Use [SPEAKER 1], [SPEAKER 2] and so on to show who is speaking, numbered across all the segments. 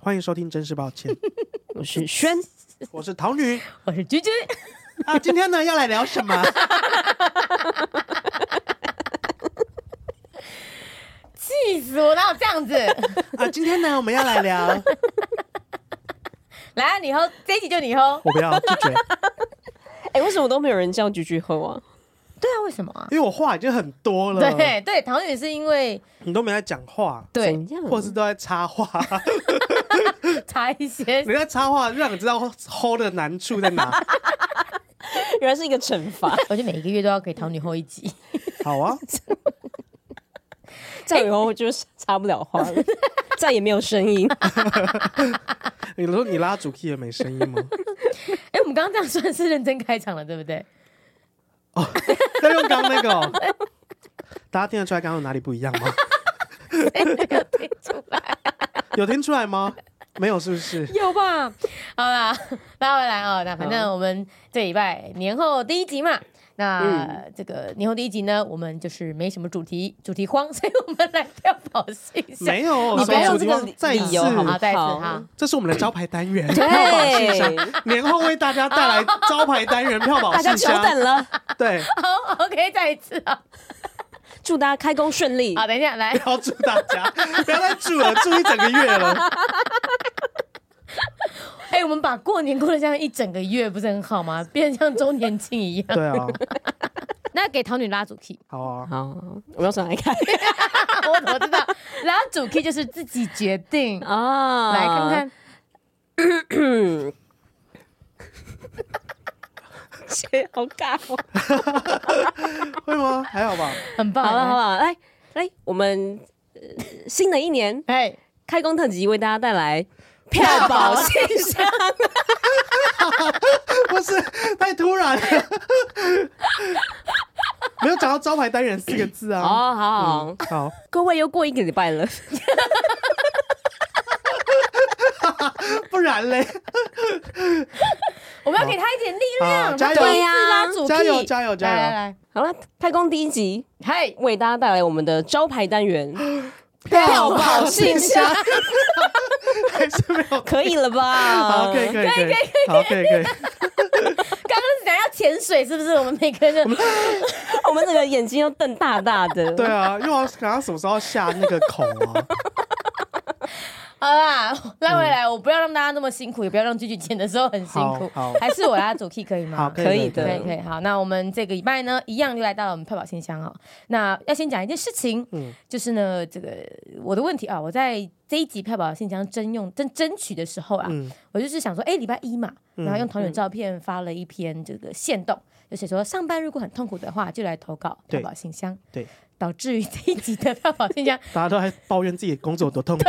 [SPEAKER 1] 欢迎收听《真是抱歉》，
[SPEAKER 2] 我是轩，
[SPEAKER 1] 我是桃女
[SPEAKER 2] 我是居居，
[SPEAKER 1] 啊。今天呢，要来聊什么？
[SPEAKER 2] 气死我！哪有这 样子？
[SPEAKER 1] 啊，今天呢，我们要来聊，
[SPEAKER 3] 来、啊，你喝这一集就你喝。
[SPEAKER 1] 我不要拒绝，
[SPEAKER 2] 哎、为什么都没有人叫居居喝啊？
[SPEAKER 3] 对啊，为什么啊？
[SPEAKER 1] 因为我话已经很多了，
[SPEAKER 3] 对对，唐女是因为
[SPEAKER 1] 你都没在讲话，
[SPEAKER 3] 对
[SPEAKER 2] 怎样？啊
[SPEAKER 1] 或是都在插话，
[SPEAKER 3] 差一些
[SPEAKER 1] 你，在插话，让你知道 hold 的难处在哪。
[SPEAKER 2] 原来是一个惩 罚，
[SPEAKER 3] 我就每一个月都要给唐女喝一集。
[SPEAKER 1] 好啊，
[SPEAKER 2] 这样以后我就插不了话了， 再也没有声音。
[SPEAKER 1] 你说你拉主 key 也没声音吗？
[SPEAKER 3] 哎、我们刚刚这样算是认真开场了，对不对？
[SPEAKER 1] 在用刚那个哦、大家听得出来刚刚有哪里不一样吗？有听出来吗？没有，是不是？
[SPEAKER 3] 有吧？好啦，拉回来哦。那反正我们这礼拜年后第一集嘛，那这个年后第一集呢，我们就是没什么主题，主题荒，所以我们来跳跑试一下。
[SPEAKER 1] 没有，
[SPEAKER 2] 你不要
[SPEAKER 1] 什么
[SPEAKER 2] 用这个
[SPEAKER 1] 主题
[SPEAKER 2] 理
[SPEAKER 1] 再一
[SPEAKER 2] 理由
[SPEAKER 1] 次
[SPEAKER 2] 好吗
[SPEAKER 3] 好，再一次
[SPEAKER 2] 好
[SPEAKER 3] 哈。
[SPEAKER 1] 这是我们的招牌单元，票榜信箱，
[SPEAKER 2] 对，
[SPEAKER 1] 年后为大家带来招牌单元票榜
[SPEAKER 2] 大家
[SPEAKER 1] 信
[SPEAKER 2] 久
[SPEAKER 1] 箱。
[SPEAKER 2] 等了，
[SPEAKER 1] 对，
[SPEAKER 3] 好，OK，再哦一次啊。
[SPEAKER 2] 祝大家开工顺利。
[SPEAKER 3] 好，等一下，来，
[SPEAKER 1] 不要祝大家，不要再祝了，祝一整个月了。
[SPEAKER 3] 哎、我们把过年过得像一整个月，不是很好吗？ 变得像周年庆一样。
[SPEAKER 1] 对啊，
[SPEAKER 3] 那给唐女拉主 key，
[SPEAKER 1] 好啊，
[SPEAKER 2] 好，我要转来看
[SPEAKER 3] 我 我知道，拉主 key 就是自己决 定。
[SPEAKER 2] 啊，
[SPEAKER 3] 来看看，
[SPEAKER 2] 看，好尬哦。
[SPEAKER 1] 会吗？还好吧。
[SPEAKER 3] 很棒。哎
[SPEAKER 2] 好了好
[SPEAKER 3] 了，
[SPEAKER 2] 了，来来，我们、呃新的一年
[SPEAKER 3] 哎，
[SPEAKER 2] 开工特辑为大家带来票宝信箱。
[SPEAKER 1] 不是太突然了，没有讲到招牌单元四个字
[SPEAKER 2] 哦，
[SPEAKER 1] 啊。
[SPEAKER 2] 好好，
[SPEAKER 1] 好，
[SPEAKER 2] 各位又过一个礼拜了，
[SPEAKER 1] 不然嘞，
[SPEAKER 3] 我们要给他一点力
[SPEAKER 1] 好
[SPEAKER 3] 量。
[SPEAKER 1] 加油
[SPEAKER 3] 他第一次拉主 key，
[SPEAKER 1] 加油加油
[SPEAKER 3] 来来
[SPEAKER 1] 加油！
[SPEAKER 3] 来，
[SPEAKER 2] 好了，开工第一集
[SPEAKER 3] 嘿，
[SPEAKER 2] 为大家带来我们的招牌单 元，
[SPEAKER 1] 票
[SPEAKER 2] 宝信箱，
[SPEAKER 1] 还是没有
[SPEAKER 2] 可以了吧？
[SPEAKER 1] 好，可以可以可以，好可以可以，
[SPEAKER 3] 刚刚是想要潜水，是不是？我们每 个人就
[SPEAKER 2] 我们整个眼睛都瞪大大的。
[SPEAKER 1] 对啊，因为我刚刚什么时候下那个口啊？
[SPEAKER 3] 好啦，拉回来，我不要让大家那么辛苦，也不要让句句剪的时候很辛苦
[SPEAKER 1] 好好。
[SPEAKER 3] 还是我拉主 key 可以吗？
[SPEAKER 1] 好，
[SPEAKER 2] 可
[SPEAKER 1] 以
[SPEAKER 2] 以
[SPEAKER 3] 可
[SPEAKER 2] 的
[SPEAKER 3] 以可以，好，那我们这个礼拜呢，一样就来到了我们票宝信箱哦。那要先讲一件事情，
[SPEAKER 1] 嗯
[SPEAKER 3] 就是呢，这个我的问题啊，我在这一集票宝信箱征用争争取的时候啊，
[SPEAKER 1] 嗯
[SPEAKER 3] 我就是想说，哎、礼拜一嘛，然后用团员照片发了一篇这个线动，就写说上班如果很痛苦的话，就来投稿
[SPEAKER 1] 对
[SPEAKER 3] 票宝信箱，
[SPEAKER 1] 对，
[SPEAKER 3] 导致于这一集的票宝信箱。
[SPEAKER 1] 大家都还抱怨自己工作有多痛苦，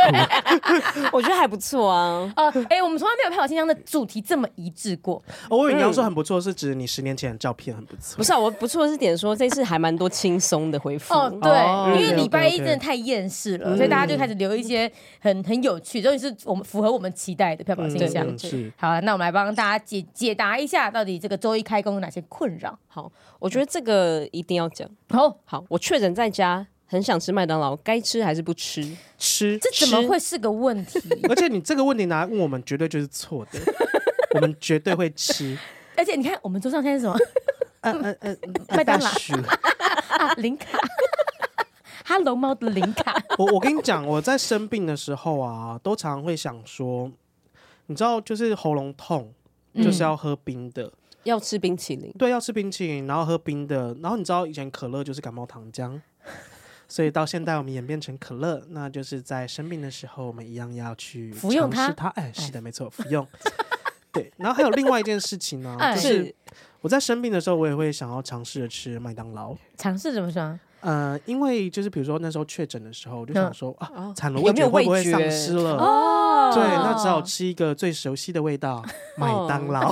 [SPEAKER 2] 我觉得还不错啊。
[SPEAKER 3] 哦，哎、我们从来没有票宝信箱的主题这么一致过，
[SPEAKER 1] 哦我以为你要说
[SPEAKER 3] 嗯
[SPEAKER 1] 很不错，是指你十年前的照片很不错
[SPEAKER 2] 不。是啊，我不错是点说这次还蛮多轻松的回复。
[SPEAKER 3] 哦，对，
[SPEAKER 1] 哦
[SPEAKER 3] 因为
[SPEAKER 1] OK，OK，OK
[SPEAKER 3] 礼拜一真的太厌世了，
[SPEAKER 1] 嗯
[SPEAKER 3] 所以大家就开始留一些很很有趣，终于是我们符合我们期待的票宝现象
[SPEAKER 1] 嗯。是
[SPEAKER 3] 好啊了，那我们来帮大家解解答一下，到底这个周一开工有哪些困扰？
[SPEAKER 2] 好，我觉得这个一定要讲。
[SPEAKER 3] 好，
[SPEAKER 2] 好，我确诊在家，很想吃麦当劳，该吃还是不吃？
[SPEAKER 1] 吃
[SPEAKER 3] 这怎么会是个问题？
[SPEAKER 1] 而且你这个问题拿来问我们，绝对就是错的。我们绝对会 吃，
[SPEAKER 3] 而且你看，我们桌上现在是 什么？
[SPEAKER 1] 呃呃呃，
[SPEAKER 3] 麦当劳
[SPEAKER 1] 大叔
[SPEAKER 3] 啊，零 卡，哈龙猫的零卡，
[SPEAKER 1] 我我跟你讲，我在生病的时候啊，都常会想说，你知道，就是喉咙痛，
[SPEAKER 3] 嗯
[SPEAKER 1] 就是要喝冰的，
[SPEAKER 2] 要吃冰淇淋。
[SPEAKER 1] 对，要吃冰淇淋，然后喝冰的，然后你知道以前可乐就是感冒糖 浆，所以到现在我们演变成可乐，那就是在生病的时候，我们一样要去
[SPEAKER 3] 服用
[SPEAKER 1] 尝试它
[SPEAKER 3] 它。
[SPEAKER 1] 哎，是的，没错，服用。 对，然后还有另外一件事情呢、
[SPEAKER 3] 哎
[SPEAKER 1] 就是我在生病的时候，我也会想要尝试着吃麦当劳。
[SPEAKER 3] 尝试怎么说？啊
[SPEAKER 1] 呃，因为就是比如说那时候确诊的时候，我就想说、啊，惨了，
[SPEAKER 2] 嗯哦有没有
[SPEAKER 1] 会不会
[SPEAKER 2] 味觉
[SPEAKER 1] 丧失了？
[SPEAKER 2] 哦哦
[SPEAKER 1] 对，那只好吃一个最熟悉的味 道，麦当 劳，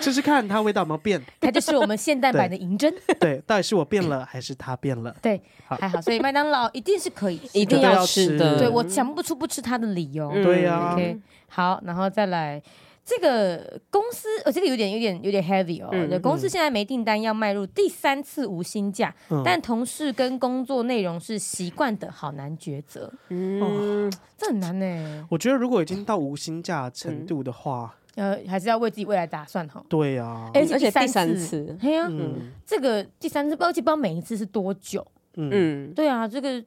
[SPEAKER 1] 就是看它味道有没有变。
[SPEAKER 3] 它就是我们现代版的银针，
[SPEAKER 1] 对，到底是我变了还是它变了？
[SPEAKER 3] 对，
[SPEAKER 1] 好
[SPEAKER 3] 还好，所以麦当劳一定是可以吃的，
[SPEAKER 2] 一定
[SPEAKER 1] 绝对要
[SPEAKER 2] 要
[SPEAKER 1] 吃
[SPEAKER 2] 吃的。
[SPEAKER 3] 对我想不出不吃它的理由。啊
[SPEAKER 2] 嗯
[SPEAKER 1] 对呀、
[SPEAKER 3] OK，好，然后再来这个公司，呃、这个有点有点有点 heavy 哦。
[SPEAKER 2] 嗯
[SPEAKER 3] 对，公司
[SPEAKER 1] 嗯
[SPEAKER 3] 现在没订单，要迈入第三次无薪假，
[SPEAKER 1] 嗯
[SPEAKER 3] 但同事跟工作内容是习惯的，好难抉择，
[SPEAKER 2] 嗯，
[SPEAKER 3] 这很难呢、欸
[SPEAKER 1] 我觉得如果已经到无薪假的
[SPEAKER 3] 嗯
[SPEAKER 1] 程度的话，
[SPEAKER 3] 呃，还是要为自己未来打算哈。
[SPEAKER 1] 对啊，
[SPEAKER 3] 哎
[SPEAKER 2] 而且
[SPEAKER 3] 第
[SPEAKER 2] 第
[SPEAKER 3] 三
[SPEAKER 2] 三
[SPEAKER 3] 次
[SPEAKER 2] 次，
[SPEAKER 3] 嘿呀、
[SPEAKER 1] 嗯
[SPEAKER 3] 这个第三次，而且不知道每一次是多久。
[SPEAKER 1] 嗯
[SPEAKER 2] 嗯，
[SPEAKER 3] 对啊，这个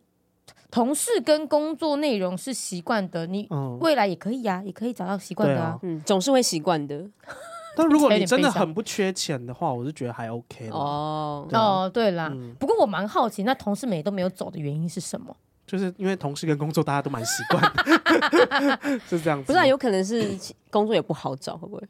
[SPEAKER 3] 同事跟工作内容是习惯的，你
[SPEAKER 1] 嗯，
[SPEAKER 3] 未来也可以呀、也可以找到习惯
[SPEAKER 1] 对
[SPEAKER 3] 的
[SPEAKER 1] 啊
[SPEAKER 3] 啊。。
[SPEAKER 2] 嗯，总是会习惯的。
[SPEAKER 1] 但如果
[SPEAKER 3] 有
[SPEAKER 1] 你
[SPEAKER 3] 点
[SPEAKER 1] 真的
[SPEAKER 3] 悲伤
[SPEAKER 1] 很不缺钱的话，我是觉得还 OK 的。
[SPEAKER 2] 哦，
[SPEAKER 1] 对啊
[SPEAKER 3] 哦，对啦，
[SPEAKER 1] 嗯
[SPEAKER 3] 不过我蛮好奇，那同事们也都没有走的原因是什么？
[SPEAKER 1] 就是因为同事跟工作大家都蛮习惯的， 是这样子吗。
[SPEAKER 2] 不是啊，有可能是工作也不好找，会不会？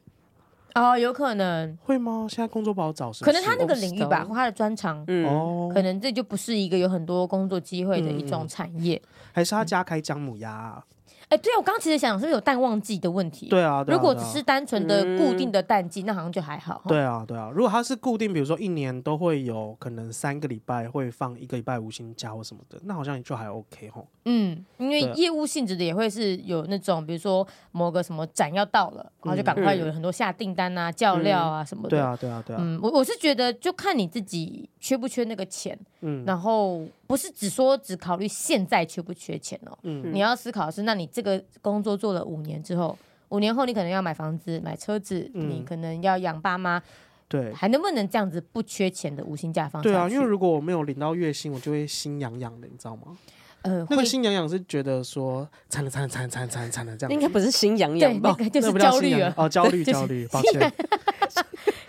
[SPEAKER 3] 哦，有可能，
[SPEAKER 1] 会吗？现在工作不好找是不
[SPEAKER 3] 可
[SPEAKER 1] 是，
[SPEAKER 3] 能他那
[SPEAKER 2] 我
[SPEAKER 3] 个
[SPEAKER 2] 不
[SPEAKER 3] 领域
[SPEAKER 2] 知
[SPEAKER 3] 吧，
[SPEAKER 2] 道
[SPEAKER 3] 或他的专长，
[SPEAKER 2] 嗯，
[SPEAKER 1] 哦，
[SPEAKER 3] 可能这就不是一个有很多工作机会的一
[SPEAKER 1] 嗯
[SPEAKER 3] 种产业。
[SPEAKER 1] 还是他家开姜母鸭啊？
[SPEAKER 3] 哎、对啊，我刚刚其实想是不是有淡旺季的问题？、
[SPEAKER 1] 对啊，对啊
[SPEAKER 3] 如果
[SPEAKER 1] 对
[SPEAKER 3] 只
[SPEAKER 1] 啊
[SPEAKER 3] 是单纯的固定的淡季，那好像就还好。
[SPEAKER 1] 对啊，对啊，如果他是固定，比如说一年都会有可能三个礼拜会放一个礼拜无薪假或什么的，那好像就还 OK 吼。
[SPEAKER 3] 嗯，因为
[SPEAKER 1] 对啊
[SPEAKER 3] 业务性质的也会是有那种，比如说某个什么展要到了，然后就
[SPEAKER 1] 嗯
[SPEAKER 3] 赶快有很多下订单啊、叫料啊什么的。
[SPEAKER 1] 对啊，对啊，对啊，
[SPEAKER 3] 嗯，我我是觉得就看你自己缺不缺那个钱，
[SPEAKER 1] 嗯
[SPEAKER 3] 然后不是只说只考虑现在缺不缺钱哦，
[SPEAKER 1] 嗯
[SPEAKER 3] 你要思考的是，那你这个工作做了五年之后，五年后你可能要买房子、买车子，
[SPEAKER 1] 嗯
[SPEAKER 3] 你可能要养爸妈，
[SPEAKER 1] 对。
[SPEAKER 3] 还能不能这样子不缺钱的无薪假放下
[SPEAKER 1] 对啊，
[SPEAKER 3] 去
[SPEAKER 1] 因为如果我没有领到月薪，我就会心痒痒的，你知道吗？
[SPEAKER 3] 呃，
[SPEAKER 1] 那个
[SPEAKER 3] 会
[SPEAKER 1] 心痒痒是觉得说惨了惨了惨了惨了惨了惨了这样
[SPEAKER 2] 应
[SPEAKER 1] 子，哦
[SPEAKER 2] 该不是心痒
[SPEAKER 3] 对
[SPEAKER 2] 痒
[SPEAKER 3] 那
[SPEAKER 2] 吧？
[SPEAKER 3] 个就
[SPEAKER 1] 那
[SPEAKER 3] 是
[SPEAKER 1] 不叫
[SPEAKER 3] 焦
[SPEAKER 1] 心
[SPEAKER 3] 虑
[SPEAKER 1] 痒
[SPEAKER 3] 了
[SPEAKER 1] 痒，哦，焦虑
[SPEAKER 3] 对就是
[SPEAKER 1] 焦虑，抱歉，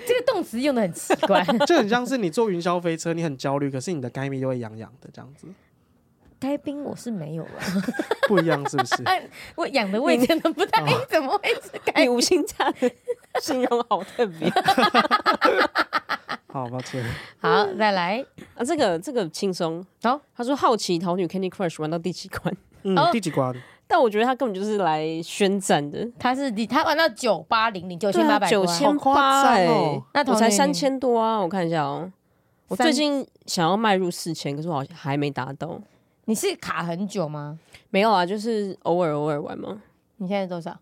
[SPEAKER 3] 这个动词用的很奇 怪。
[SPEAKER 1] 这很像是你坐云霄飞车，你很焦虑，可是你的该咪又会痒痒的这样子，
[SPEAKER 3] 该冰我是没有了，
[SPEAKER 1] 不一样是不 是？
[SPEAKER 3] 哎我养的
[SPEAKER 1] 嗯
[SPEAKER 3] 胃真的不太
[SPEAKER 1] 哦
[SPEAKER 3] 硬，怎么会是该
[SPEAKER 2] 你？无心假 的形容好特 别
[SPEAKER 1] 好，抱歉。
[SPEAKER 3] 好，再来，
[SPEAKER 2] 啊！这个这个轻松。
[SPEAKER 3] 好，
[SPEAKER 2] 他说好奇桃女 Candy Crush 玩到第几关？
[SPEAKER 1] 嗯
[SPEAKER 3] 哦，
[SPEAKER 1] 第几关？
[SPEAKER 2] 但我觉得他根本就是来宣战的，
[SPEAKER 3] 他是第他玩到九八零零九
[SPEAKER 2] 对
[SPEAKER 3] 千八
[SPEAKER 2] 啊
[SPEAKER 3] 百
[SPEAKER 2] 九
[SPEAKER 1] 好
[SPEAKER 2] 千
[SPEAKER 1] 夸
[SPEAKER 2] 八
[SPEAKER 1] 张
[SPEAKER 2] 哎
[SPEAKER 1] 哦，
[SPEAKER 3] 那
[SPEAKER 2] 我
[SPEAKER 3] 同
[SPEAKER 2] 才
[SPEAKER 3] 年龄
[SPEAKER 2] 三千多啊！我看一下哦，我
[SPEAKER 3] 三
[SPEAKER 2] 最近想要迈入四千，可是我好像还没达到。
[SPEAKER 3] 你是卡很久吗？
[SPEAKER 2] 没有啊，就是偶尔偶尔玩嘛，
[SPEAKER 3] 你现在多少？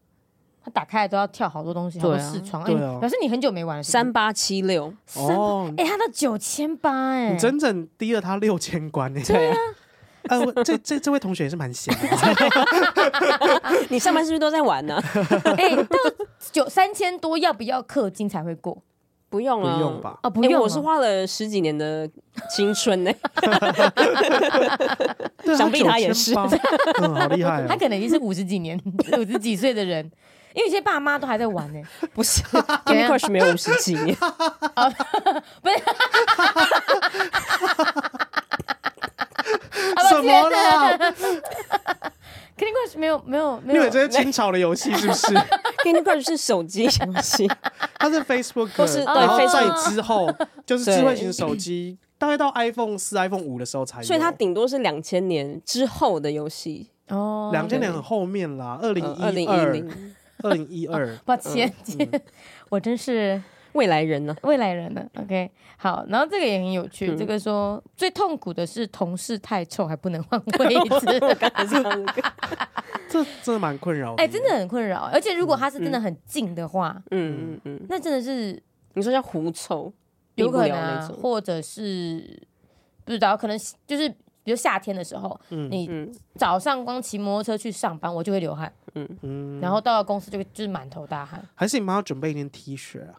[SPEAKER 3] 他打开来都要跳好多东西，好多
[SPEAKER 2] 对啊
[SPEAKER 3] 视窗，哎
[SPEAKER 1] 对啊
[SPEAKER 3] 表示你很久没玩了。
[SPEAKER 2] 三八七六，
[SPEAKER 3] 是不是三
[SPEAKER 1] 哦，
[SPEAKER 3] 哎、他到九千八哎，
[SPEAKER 1] 你整整低了他六千关呢、
[SPEAKER 2] 对啊，
[SPEAKER 1] 呃，我这这这位同学也是蛮闲的，
[SPEAKER 2] 你上班是不是都在玩呢、
[SPEAKER 3] 哎、到九三千多要不要氪金才会过
[SPEAKER 2] 不用
[SPEAKER 1] 哦不
[SPEAKER 2] 啊，
[SPEAKER 1] 用吧？
[SPEAKER 3] 啊？不
[SPEAKER 2] 因为
[SPEAKER 3] 用、
[SPEAKER 2] 我是花了十几年的青春呢、
[SPEAKER 1] 对啊
[SPEAKER 2] 想必他也是
[SPEAKER 1] 9800嗯，好厉害
[SPEAKER 3] 他
[SPEAKER 1] 啊！
[SPEAKER 3] 可能已经是五十几年、 五十几岁的人，因为有些爸妈都还在 玩呢、
[SPEAKER 2] 不是 ，Candy Crush 没有五十几年，
[SPEAKER 3] 啊
[SPEAKER 1] 什么 啦？
[SPEAKER 3] 肯定 Crush 没有没有没
[SPEAKER 1] 你以
[SPEAKER 3] 有
[SPEAKER 1] 为，这是清朝的游戏是不是？
[SPEAKER 2] Candy Crush 是手机游 戏，
[SPEAKER 3] 哎
[SPEAKER 1] 它是 Facebook，
[SPEAKER 2] 都是
[SPEAKER 1] 然后
[SPEAKER 2] 对
[SPEAKER 1] 在
[SPEAKER 3] Facebook
[SPEAKER 1] 之后就是智慧型手机，大概到 iPhone 四、iPhone 五的时候才有。
[SPEAKER 2] 所以它顶多是两千年之后的游戏，呃
[SPEAKER 3] 哦
[SPEAKER 1] 两千年很后面啦，二零
[SPEAKER 2] 哦
[SPEAKER 1] 一
[SPEAKER 2] 二零
[SPEAKER 1] 二
[SPEAKER 2] 一、零，
[SPEAKER 1] 二零一二。
[SPEAKER 3] 抱歉，
[SPEAKER 1] 嗯
[SPEAKER 3] 我真是
[SPEAKER 2] 未来人 呢、
[SPEAKER 3] 未来人呢。OK，好，然后这个也很有趣，
[SPEAKER 2] 嗯
[SPEAKER 3] 这个说最痛苦的是同事太臭还不能换位置，
[SPEAKER 2] 我刚才这样子，
[SPEAKER 1] 这真的蛮困扰。
[SPEAKER 3] 哎、真的，很困扰。而且如果他是真的很近的话，
[SPEAKER 2] 嗯嗯嗯，
[SPEAKER 3] 那真的是
[SPEAKER 2] 你说像狐臭，
[SPEAKER 3] 有可
[SPEAKER 2] 避不
[SPEAKER 3] 能、
[SPEAKER 2] 了那
[SPEAKER 3] 啊，
[SPEAKER 2] 种，
[SPEAKER 3] 或者是不知道，可能就是比如夏天的时候，
[SPEAKER 1] 嗯
[SPEAKER 3] 你
[SPEAKER 2] 嗯，
[SPEAKER 3] 早上光骑摩托车去上班，我就会流汗，
[SPEAKER 1] 嗯，
[SPEAKER 3] 然后到了公司就会就是满头大汗。
[SPEAKER 1] 还是你帮他准备一件 T 恤啊？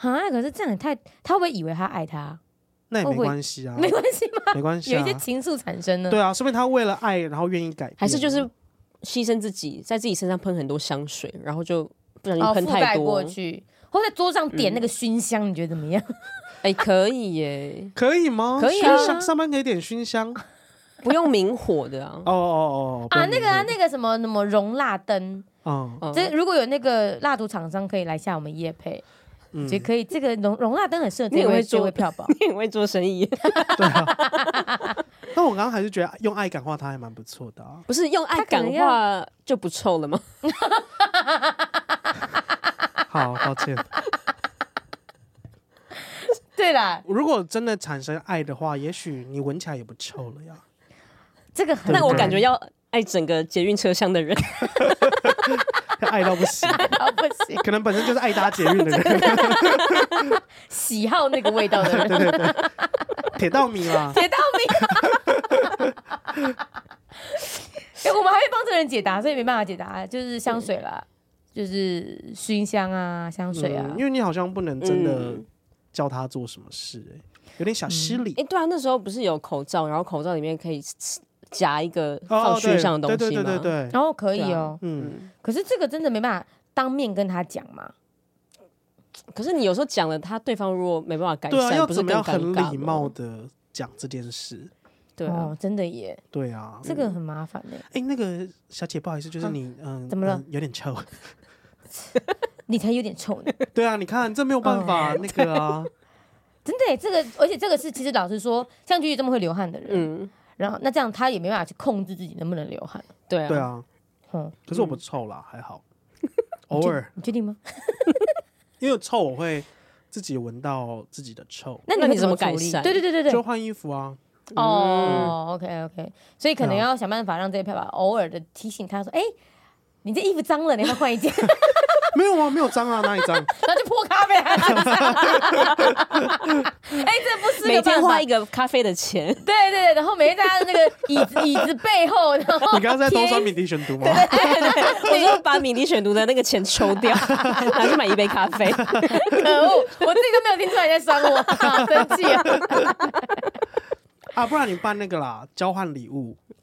[SPEAKER 3] 啊！可是这样也太，他会不会以为他爱他？
[SPEAKER 1] 那也
[SPEAKER 3] 会
[SPEAKER 2] 哦
[SPEAKER 1] 没
[SPEAKER 3] 不会
[SPEAKER 1] 关系啊，
[SPEAKER 3] 没关系吗？
[SPEAKER 1] 没关系
[SPEAKER 3] 有
[SPEAKER 1] 啊
[SPEAKER 3] 一。些情愫产生呢。
[SPEAKER 1] 对啊，说明他为了爱，然后愿意改变。
[SPEAKER 2] 还是就是牺牲自己，在自己身上喷很多香水，然后就不小
[SPEAKER 3] 哦，
[SPEAKER 2] 心
[SPEAKER 3] 覆
[SPEAKER 2] 喷
[SPEAKER 3] 盖
[SPEAKER 2] 太
[SPEAKER 3] 过
[SPEAKER 2] 多，嗯
[SPEAKER 3] 去，或在桌上点那个熏香，你觉得怎么 样？
[SPEAKER 2] 哎、可以耶，
[SPEAKER 1] 可以吗？
[SPEAKER 2] 可以啊
[SPEAKER 1] 熏香上班可以点熏香。
[SPEAKER 2] 不用明火的 啊，
[SPEAKER 1] 哦哦哦哦
[SPEAKER 3] 啊，那个啊，
[SPEAKER 1] 个，
[SPEAKER 3] 那个什么什么容蜡灯，
[SPEAKER 1] 嗯
[SPEAKER 2] 嗯
[SPEAKER 3] 这如果有那个蜡烛厂商可以来下我们夜配，
[SPEAKER 1] 嗯
[SPEAKER 3] 就可以。这个容容蜡灯很适合
[SPEAKER 2] 你
[SPEAKER 3] 这
[SPEAKER 2] 也
[SPEAKER 3] 位
[SPEAKER 2] 会
[SPEAKER 3] 这
[SPEAKER 2] 做
[SPEAKER 3] 位票 宝。
[SPEAKER 2] 你很会做生意，
[SPEAKER 1] 但我刚刚还是觉得用爱感化他还蛮不错的 啊。
[SPEAKER 2] 不是用爱
[SPEAKER 3] 他可
[SPEAKER 2] 感
[SPEAKER 3] 能
[SPEAKER 2] 化就不臭了吗？
[SPEAKER 1] 好，抱歉。
[SPEAKER 3] 对啦，
[SPEAKER 1] 如果真的产生爱的话，也许你闻起来也不臭了呀。
[SPEAKER 3] 这个很
[SPEAKER 1] 对
[SPEAKER 2] 但我
[SPEAKER 1] 对
[SPEAKER 2] 感觉要爱整个捷运车厢的人，
[SPEAKER 1] 爱到不 行，
[SPEAKER 3] 啊不行，
[SPEAKER 1] 可能本身就是爱搭捷运的人，
[SPEAKER 3] 喜好那个味道 的人，
[SPEAKER 1] 铁道迷啦。
[SPEAKER 3] 铁道迷。哎、我们还会帮这个人解答，所以没办法解答，就是香水啦，就是熏香啊，香水啊
[SPEAKER 1] 嗯，，因为你好像不能真的
[SPEAKER 2] 嗯
[SPEAKER 1] 叫他做什么事、欸，有点小失礼。
[SPEAKER 2] 哎、对啊，那时候不是有口罩，然后口罩里面可以夹一个
[SPEAKER 1] 哦，
[SPEAKER 2] 嗯放熏香的东西
[SPEAKER 1] 对
[SPEAKER 2] 吗？
[SPEAKER 1] 对对对对，
[SPEAKER 3] 然后可以
[SPEAKER 2] 对啊
[SPEAKER 3] 哦、
[SPEAKER 1] 嗯，
[SPEAKER 3] 可是这个真的没办法当面跟他讲嘛，
[SPEAKER 2] 可是你有时候讲了他，对方如果没办法改
[SPEAKER 1] 对啊，
[SPEAKER 2] 善，
[SPEAKER 1] 要
[SPEAKER 2] 不是
[SPEAKER 1] 怎么
[SPEAKER 2] 更
[SPEAKER 1] 样很
[SPEAKER 2] 尴尬
[SPEAKER 1] 礼
[SPEAKER 2] 吗
[SPEAKER 1] 貌？的讲这件事？
[SPEAKER 2] 对啊，嗯
[SPEAKER 3] 哦，真的耶，
[SPEAKER 1] 对啊，
[SPEAKER 3] 这个很麻烦呢、
[SPEAKER 1] 哎、那个小姐，不好意思，就是
[SPEAKER 3] 嗯
[SPEAKER 1] 你，嗯，
[SPEAKER 3] 怎么了
[SPEAKER 1] 嗯有点臭。
[SPEAKER 3] 你才有点臭呢，
[SPEAKER 1] 对啊，你看这没
[SPEAKER 3] 哦
[SPEAKER 1] 有办 法，那个啊，
[SPEAKER 3] 真的耶，这个而且这个是其实老实说，像菊菊这么会流汗的人，
[SPEAKER 2] 嗯，
[SPEAKER 3] 然后那这样他也没办法去控制自己能不能流汗，
[SPEAKER 2] 对啊，
[SPEAKER 1] 对啊，
[SPEAKER 3] 嗯，
[SPEAKER 1] 可是我不臭啦，还好， 偶尔，
[SPEAKER 3] 你确定吗？
[SPEAKER 1] 因为臭我会自己闻到自己的臭，
[SPEAKER 3] 那你
[SPEAKER 2] 那
[SPEAKER 3] 会
[SPEAKER 2] 你
[SPEAKER 3] 怎
[SPEAKER 2] 怎么改
[SPEAKER 3] 处理
[SPEAKER 2] 善
[SPEAKER 3] 对对对对
[SPEAKER 1] 就
[SPEAKER 3] 对，
[SPEAKER 1] 换衣服啊。
[SPEAKER 3] 哦，OK OK，所以可能
[SPEAKER 1] 对啊
[SPEAKER 3] 要想办法让这一票吧，偶尔的提醒他说，哎。你这衣服脏了，你要不要换一件？
[SPEAKER 1] 没有啊，没有脏啊，哪里脏？
[SPEAKER 3] 然后就泼咖啡啊！哎，这不是 个
[SPEAKER 2] 每天
[SPEAKER 3] 办法
[SPEAKER 2] 花一个咖啡的 钱，
[SPEAKER 3] 对对对，然后每天在他的那个椅子椅子背后，然后
[SPEAKER 1] 你刚刚在
[SPEAKER 3] 贴
[SPEAKER 1] 东
[SPEAKER 3] 一
[SPEAKER 1] 山米迪选读吗？啊
[SPEAKER 3] 哦
[SPEAKER 2] 我就把米粒选读的那个钱抽掉， 拿去买一杯咖啡。
[SPEAKER 3] 可恶，我自己都没有听出来你在伤我， 生气啊！
[SPEAKER 1] 啊，不然你办那个啦，交换礼物。
[SPEAKER 3] 嗯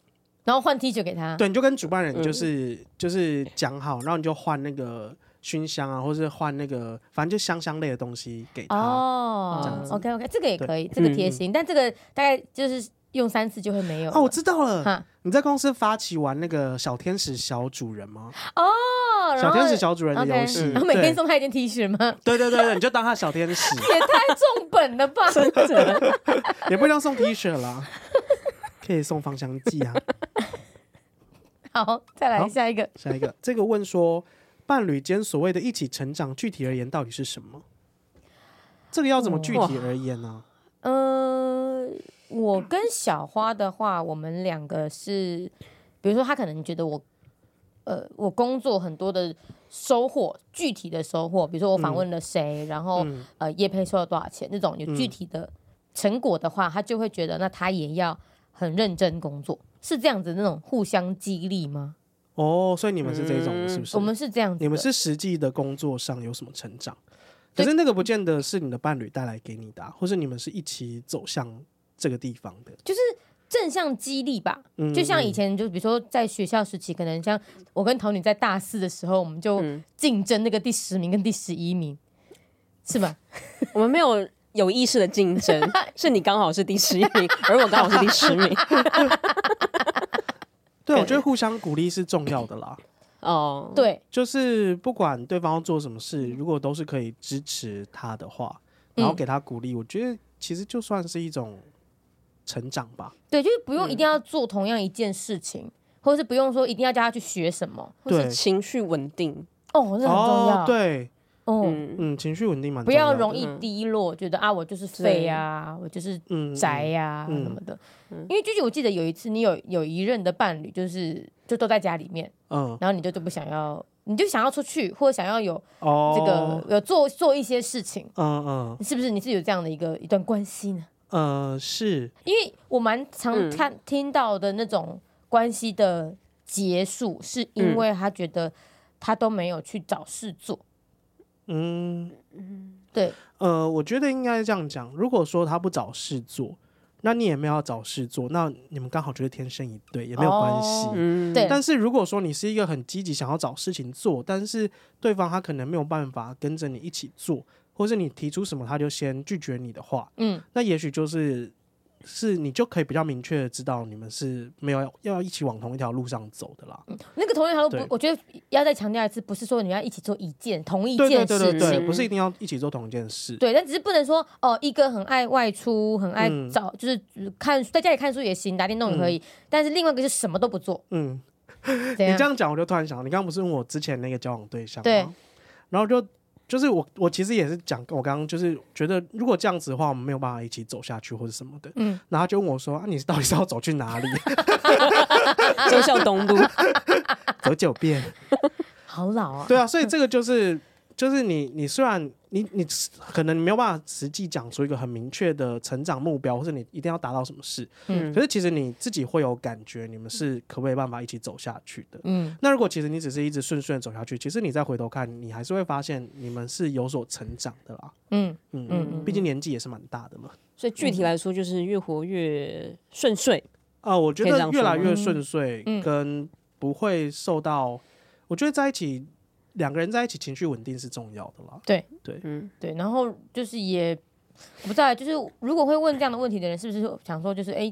[SPEAKER 3] 然后换 T 恤给他，
[SPEAKER 1] 对，你就跟主办
[SPEAKER 3] 嗯
[SPEAKER 1] 人就是、就是讲好，然后你就换那个熏香啊，或是换那个反正就香香类的东西给他。这
[SPEAKER 3] 哦
[SPEAKER 1] 样
[SPEAKER 3] ，OK OK，这个也
[SPEAKER 1] 对
[SPEAKER 3] 可以，这个贴心，但这个大概就是用三次就会没有了
[SPEAKER 1] 哦，我知道了，
[SPEAKER 3] 哈
[SPEAKER 1] 你在公司发起玩那个小天使小主人 吗？
[SPEAKER 3] 哦，然
[SPEAKER 1] 小
[SPEAKER 3] 后
[SPEAKER 1] 天使小主人的
[SPEAKER 3] OK，
[SPEAKER 1] 游戏，
[SPEAKER 3] 然后每天
[SPEAKER 1] 对
[SPEAKER 3] 送他一件 T 恤吗？
[SPEAKER 1] 对对对对，你就当他小天使，
[SPEAKER 3] 也太重本了吧！
[SPEAKER 1] 也不一定要送 T 恤啦，可以送芳香 剂啊。
[SPEAKER 3] 好，再来下一个，
[SPEAKER 1] 下一个，这个问说，伴侣间所谓的一起成长，具体而言到底是什么？这个要怎么具体而言啊呢、
[SPEAKER 3] 呃，我跟小花的话，我们两个是，比如说他可能觉得我，呃，我工作很多的收获，具体的收获，比如说我访问了谁，然后、
[SPEAKER 1] 嗯
[SPEAKER 3] 呃，业配收了多少钱，这种有具体的成果的话，他就会觉得那他也要很认真工作，是这样子那种互相激励吗？
[SPEAKER 1] 哦，所以你们是这种的，
[SPEAKER 2] 嗯
[SPEAKER 1] 是不是？
[SPEAKER 3] 我们是这样子的，
[SPEAKER 1] 你们是实际的工作上有什么成长，可
[SPEAKER 3] 对
[SPEAKER 1] 是那个不见得是你的伴侣带来给你的啊、或是你们是一起走向这个地方的。
[SPEAKER 3] 就是正向激励吧。
[SPEAKER 1] 嗯
[SPEAKER 3] 就像以
[SPEAKER 1] 嗯
[SPEAKER 3] 前，就比如说在学校时期，可能像我跟桃女在大四的时候，我们就
[SPEAKER 2] 嗯
[SPEAKER 3] 竞争那个第十名跟第十一名，是吧？
[SPEAKER 2] 我们没有有意识的竞争，是你刚好是第十一名，而我刚好是第十名。
[SPEAKER 1] 嗯对，我觉得互相鼓励是重要的 啦。
[SPEAKER 2] 哦，
[SPEAKER 1] 嗯
[SPEAKER 3] 对，
[SPEAKER 1] 就是不管对方要做什么事，
[SPEAKER 3] 嗯
[SPEAKER 1] 如果都是可以支持他的话，然后给他鼓励，我觉得其实就算是一种成长吧。
[SPEAKER 3] 对，就是不
[SPEAKER 1] 嗯
[SPEAKER 3] 用一定要做同样一件事情，或者是不用说一定要叫他去学什么。
[SPEAKER 2] 或是
[SPEAKER 1] 对
[SPEAKER 2] 情绪稳定，
[SPEAKER 3] 哦，这很重要。
[SPEAKER 1] 哦，，对，
[SPEAKER 3] 哦，
[SPEAKER 2] 嗯，
[SPEAKER 1] 嗯，情绪稳定蛮
[SPEAKER 3] 不
[SPEAKER 1] 重要
[SPEAKER 3] 要
[SPEAKER 1] 的
[SPEAKER 3] 容易低落，觉得啊，我就是废呀，我就是
[SPEAKER 1] 嗯嗯
[SPEAKER 3] 宅呀
[SPEAKER 1] 嗯
[SPEAKER 3] 什么的。因为娟姐，我记得有一次你有有一任的伴侣，就是就都在家里面，
[SPEAKER 1] 嗯
[SPEAKER 3] 然后你就就不想要，你就想要出去，或者想要有
[SPEAKER 1] 哦
[SPEAKER 3] 这个有做做一些事情，
[SPEAKER 1] 嗯嗯
[SPEAKER 3] 是不是？你是有这样的一个一段关系呢？
[SPEAKER 1] 呃是
[SPEAKER 3] 因为我蛮常
[SPEAKER 2] 嗯
[SPEAKER 3] 看、听到的那种关系的结束，是因为他觉得他都没有去找事做，
[SPEAKER 1] 嗯
[SPEAKER 3] 对，
[SPEAKER 1] 呃，我觉得应该这样讲。如果说他不找事做，那你也没有要找事做，那你们刚好就是天生一对，也没有关系。
[SPEAKER 3] 哦
[SPEAKER 2] 嗯，
[SPEAKER 3] 对
[SPEAKER 1] 但是如果说你是一个很积极想要找事情做，但是对方他可能没有办法跟着你一起做，或是你提出什么他就先拒绝你的话，
[SPEAKER 3] 嗯，
[SPEAKER 1] 那也许就是是你就可以比较明确的知道你们是没有要要一起往同一条路上走的啦。
[SPEAKER 3] 那个同一条路不
[SPEAKER 1] 对，
[SPEAKER 3] 我觉得要再强调一次，不是说你们要一起做一件同一
[SPEAKER 1] 对对
[SPEAKER 3] 件
[SPEAKER 1] 对
[SPEAKER 3] 事
[SPEAKER 1] 对
[SPEAKER 3] 情。
[SPEAKER 1] 对，不是一定要一起做同一件事。
[SPEAKER 3] 对，但只是不能说哦，一个很爱外出，很爱
[SPEAKER 1] 嗯
[SPEAKER 3] 找，就是呃看在家里看书也行，打电动也可以。但是另外一个是什么都不做，
[SPEAKER 1] 嗯，
[SPEAKER 3] 怎
[SPEAKER 1] 你
[SPEAKER 3] 样
[SPEAKER 1] 这？样讲我就突然想到，你刚刚不是问我之前那个交往对象吗？
[SPEAKER 3] 啊对，
[SPEAKER 1] 然后就就是我我其实也是讲，我刚刚就是觉得如果这样子的话，我们没有办法一起走下去或者什么的。
[SPEAKER 3] 嗯，
[SPEAKER 1] 然后他就问我说：“啊，你到底是要走去哪里？
[SPEAKER 2] 就像东
[SPEAKER 3] 嗯
[SPEAKER 2] 路，
[SPEAKER 1] 走九遍？”
[SPEAKER 3] 好老啊，
[SPEAKER 1] 对啊，所以这个就是就是你你虽然你你可能没有办法实际讲出一个很明确的成长目标，或是你一定要达到什么事，
[SPEAKER 2] 嗯
[SPEAKER 1] 可是其实你自己会有感觉，你们是可不可以办法一起走下去的。
[SPEAKER 3] 嗯，
[SPEAKER 1] 那如果其实你只是一直顺顺地走下去，其实你再回头看，你还是会发现你们是有所成长的啦。
[SPEAKER 3] 嗯
[SPEAKER 1] 嗯
[SPEAKER 3] 嗯
[SPEAKER 1] 嗯，毕竟年纪也是蛮大的嘛。
[SPEAKER 2] 所以具体来说就是越活越顺遂，
[SPEAKER 1] 啊，我觉
[SPEAKER 2] 可以这
[SPEAKER 1] 得
[SPEAKER 2] 样
[SPEAKER 1] 越
[SPEAKER 2] 说
[SPEAKER 1] 来
[SPEAKER 2] 吗
[SPEAKER 1] 越顺遂
[SPEAKER 3] 嗯，
[SPEAKER 1] 跟不会受到，我觉得在一起两个人在一起情绪稳定是重要的啦。
[SPEAKER 2] 嗯，
[SPEAKER 3] 对，然后就是也我不知道，就是如果会问这样的问题的人，是不是想说就是哎，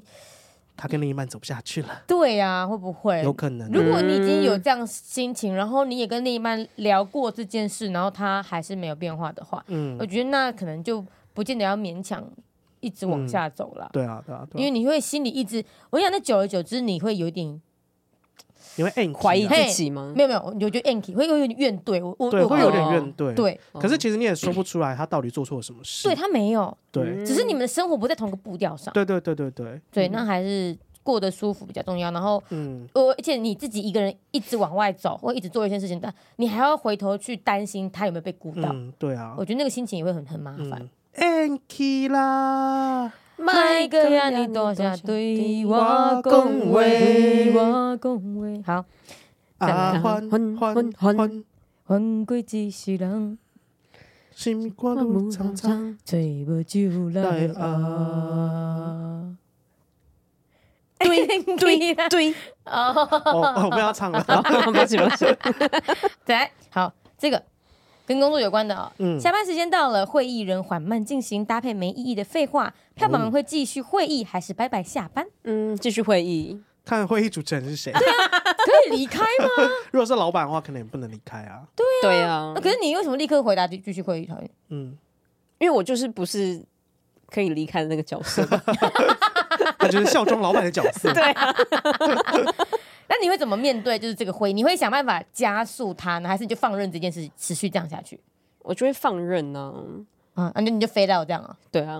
[SPEAKER 1] 他跟另一半走不下去了，
[SPEAKER 3] 对呀、会不会？
[SPEAKER 1] 有嗯可能。
[SPEAKER 3] 如果你已经有这样心情，然后你也跟另一半聊过这件事，然后他还是没有变化的话，
[SPEAKER 1] 嗯
[SPEAKER 3] 我，觉得那可能就不见得要勉强一直往下走了，
[SPEAKER 1] 对啊，对啊，
[SPEAKER 3] 因
[SPEAKER 1] 对
[SPEAKER 3] 为
[SPEAKER 1] 啊，
[SPEAKER 3] 你会心里一直，我想那久而久之你会有点
[SPEAKER 1] 你会 angry
[SPEAKER 2] 怀疑
[SPEAKER 1] 啊
[SPEAKER 2] 自己吗？
[SPEAKER 3] 没有没有，我就觉得 anky 会有点怨怼我，我
[SPEAKER 1] 对，
[SPEAKER 3] 我
[SPEAKER 1] 会有点
[SPEAKER 2] 哦
[SPEAKER 1] 怨怼。，
[SPEAKER 3] 嗯对嗯
[SPEAKER 1] 可是其实你也说不出来他到底做错了什么事
[SPEAKER 3] 对。他没有，
[SPEAKER 1] 对，
[SPEAKER 3] 只是你们的生活不在同个步调上，
[SPEAKER 1] 嗯对，嗯对，对，对，对，
[SPEAKER 3] 对，那还是过得舒服比较重要，然后。
[SPEAKER 1] 嗯，
[SPEAKER 3] 我而且你自己一个人一直往外走，或一直做一件事情，但你还要回头去担心他有没有被鼓到，
[SPEAKER 1] 嗯，对啊
[SPEAKER 3] 我，觉得那个心情也会很很麻烦。
[SPEAKER 1] 嗯，angry 啦，
[SPEAKER 3] 麦哥呀，你多下对我恭维，对我恭维。好，
[SPEAKER 1] 啊，
[SPEAKER 3] 赞
[SPEAKER 1] 欢
[SPEAKER 2] 欢
[SPEAKER 1] 欢
[SPEAKER 2] 欢
[SPEAKER 1] 欢，
[SPEAKER 3] 魂归几世人，
[SPEAKER 1] 心挂路长长。
[SPEAKER 3] 醉不酒来啊。 对
[SPEAKER 2] 对
[SPEAKER 3] 对
[SPEAKER 2] 对，啊
[SPEAKER 3] 哦，
[SPEAKER 1] 哦，哦我们要唱了。
[SPEAKER 2] 抱歉抱歉，
[SPEAKER 3] 来好，这个跟工作有关的哦。
[SPEAKER 1] 嗯
[SPEAKER 3] 下班时间到了，会议仍缓慢进行，搭配没意义的废话，票宝们会继续会议还是拜拜下班？
[SPEAKER 2] 嗯，继续会议，
[SPEAKER 1] 看会议主持人是谁。
[SPEAKER 3] 可以离开吗？
[SPEAKER 1] 如果是老板的话，可能也不能离开啊。
[SPEAKER 2] 对啊
[SPEAKER 3] 啊，可是你为什么立刻回答继继续会议？
[SPEAKER 1] 嗯，
[SPEAKER 2] 因为我就是不是可以离开的那个角色，
[SPEAKER 1] 他就是效忠老板的角色。
[SPEAKER 2] 对啊，
[SPEAKER 3] 那你会怎么面对？就是这个会议，你会想办法加速它呢，还是你就放任这件事持续这样下去？
[SPEAKER 2] 我就会放任呢，
[SPEAKER 3] 啊，那你就飞到这样啊？
[SPEAKER 2] 对啊，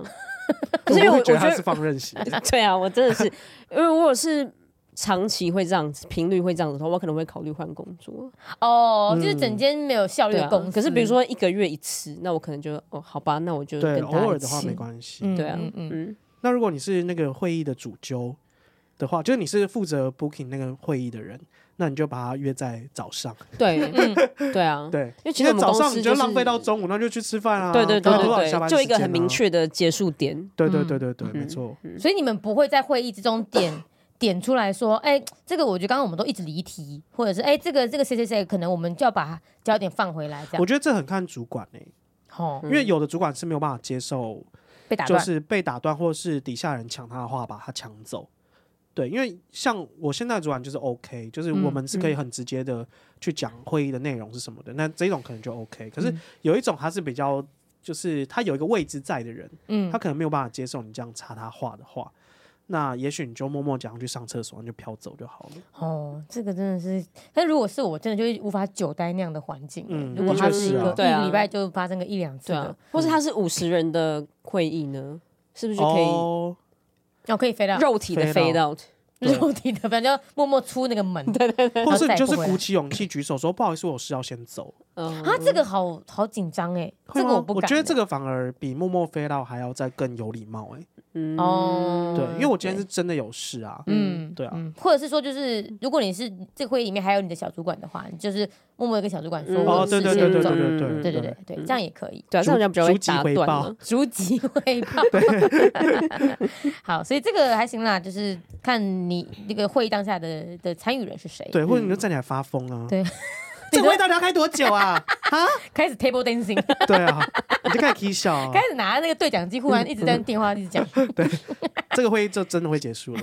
[SPEAKER 1] 我
[SPEAKER 2] 可是因为我
[SPEAKER 1] 会觉得
[SPEAKER 2] 我觉
[SPEAKER 1] 他
[SPEAKER 2] 得
[SPEAKER 1] 是放任型的。
[SPEAKER 2] 对啊，我真的是，因为如果是长期会这样子，频率会这样子的话，我可能会考虑换工作。啊
[SPEAKER 3] 哦，就是整间没有效率
[SPEAKER 2] 对
[SPEAKER 3] 的
[SPEAKER 2] 啊
[SPEAKER 3] 公司。，
[SPEAKER 2] 可是比如，说一个月一次，那我可能就哦，好吧，那我就
[SPEAKER 1] 对，
[SPEAKER 2] 跟他
[SPEAKER 1] 偶尔
[SPEAKER 2] 一
[SPEAKER 1] 的话
[SPEAKER 2] 起
[SPEAKER 1] 没关系。
[SPEAKER 3] 嗯
[SPEAKER 2] 对啊
[SPEAKER 3] 嗯，嗯
[SPEAKER 2] 嗯，
[SPEAKER 1] 那如果你是那个会议的主揪的话，就是你是负责 booking 那个会议的人，那你就把他约在早上。
[SPEAKER 2] 对，对啊，
[SPEAKER 1] 对，
[SPEAKER 2] 因为其
[SPEAKER 1] 因
[SPEAKER 2] 实我
[SPEAKER 1] 为
[SPEAKER 2] 们
[SPEAKER 1] 早
[SPEAKER 2] 公
[SPEAKER 1] 上
[SPEAKER 2] 司
[SPEAKER 1] 你
[SPEAKER 2] 就
[SPEAKER 1] 就是浪费到中午，那就去吃饭啊。
[SPEAKER 2] 对对对
[SPEAKER 1] 搞不好你
[SPEAKER 2] 对
[SPEAKER 1] 下班
[SPEAKER 2] 对，
[SPEAKER 1] 时
[SPEAKER 2] 就
[SPEAKER 1] 间啊
[SPEAKER 2] 一个很明。确的结束点。
[SPEAKER 1] 对
[SPEAKER 3] 嗯
[SPEAKER 1] 对对对对，没错。
[SPEAKER 3] 所以你们不会在会议之中点点出来说，哎，这个我觉得刚刚我们都一直离题，或者是哎，这个这个谁谁谁，可能我们就要把焦点放回来，这
[SPEAKER 1] 我
[SPEAKER 3] 样。
[SPEAKER 1] 觉得这很看主管诶，
[SPEAKER 3] 哦，
[SPEAKER 1] 因为有的主管是没有办法接受
[SPEAKER 3] 被打
[SPEAKER 1] 就
[SPEAKER 3] 断。
[SPEAKER 1] 是被打断，或是底下人抢他的话把他抢走。对，因为像我现在主管就是 OK，就是
[SPEAKER 3] 嗯
[SPEAKER 1] 我们是可以很直接的去讲会议的内容是什么的，那这种可能就 OK。可是
[SPEAKER 3] 嗯
[SPEAKER 1] 有一种他是比较，就是他有一个位置在的人，
[SPEAKER 3] 嗯
[SPEAKER 1] 他可能没有办法接受你这样插他话的话，那也许你就默默讲去上厕所，你就飘走就好了。
[SPEAKER 3] 哦，这个真的是，但如果是我，真的就是无法久待那样的环境。
[SPEAKER 1] 嗯
[SPEAKER 3] 如果他
[SPEAKER 2] 的确
[SPEAKER 3] 是一
[SPEAKER 2] 是啊
[SPEAKER 3] 个、
[SPEAKER 2] 对
[SPEAKER 3] 一个
[SPEAKER 2] 啊
[SPEAKER 3] 礼拜就发生个一两次
[SPEAKER 2] 对
[SPEAKER 3] 的嗯
[SPEAKER 2] 啊，，或是他是五十人的会议呢，是不是就可以
[SPEAKER 1] 哦，
[SPEAKER 3] 哦，可以飞到
[SPEAKER 2] 肉啊体的
[SPEAKER 1] fade
[SPEAKER 2] fade out？
[SPEAKER 1] 对
[SPEAKER 3] 肉体的，反正就默默出那个门。
[SPEAKER 2] 啊
[SPEAKER 3] 对
[SPEAKER 1] 或是你就
[SPEAKER 3] 然后再也
[SPEAKER 1] 是
[SPEAKER 3] 不回来
[SPEAKER 1] 鼓起勇气举手说不好意思，我有事要先走。
[SPEAKER 2] 嗯，
[SPEAKER 3] 啊，这个好好紧张哎，这
[SPEAKER 1] 会
[SPEAKER 3] 个
[SPEAKER 1] 吗
[SPEAKER 3] 我不
[SPEAKER 1] 我
[SPEAKER 3] 敢欸。
[SPEAKER 1] 觉得这个反而比默默飞到还要再更有礼貌哎、
[SPEAKER 2] 嗯
[SPEAKER 3] 哦，
[SPEAKER 1] 对，因为我今天是真的有事啊。
[SPEAKER 3] 嗯，
[SPEAKER 1] 对啊
[SPEAKER 3] 嗯，或者是说，就是如果你是这个会议里面还有你的小主管的话，你就是默默地跟小主管说，
[SPEAKER 2] 嗯
[SPEAKER 3] 我
[SPEAKER 1] 哦，
[SPEAKER 3] 有
[SPEAKER 1] 对
[SPEAKER 3] 事
[SPEAKER 1] 对
[SPEAKER 3] 先
[SPEAKER 1] 对对
[SPEAKER 3] 走
[SPEAKER 1] 对对
[SPEAKER 2] 嗯
[SPEAKER 1] 对
[SPEAKER 3] 对对对对，这样也可以。
[SPEAKER 2] 对啊，这样人家比较会
[SPEAKER 1] 逐级
[SPEAKER 2] 打
[SPEAKER 1] 回
[SPEAKER 2] 断
[SPEAKER 1] 报
[SPEAKER 2] 了。
[SPEAKER 3] 逐级汇报， 好，所以这个还行啦，就是看你那个会议当下的的参与人是谁，
[SPEAKER 1] 对，或者你就站起来发疯啊！
[SPEAKER 3] 嗯对，
[SPEAKER 1] 这个味道你要开多久啊？ 啊，
[SPEAKER 3] 开始 table dancing，
[SPEAKER 1] 对啊，你就开始 k 笑啊
[SPEAKER 3] 开！始拿那个对讲机，忽然一直在电话一直讲，
[SPEAKER 1] 这个会议就真的会结 束了。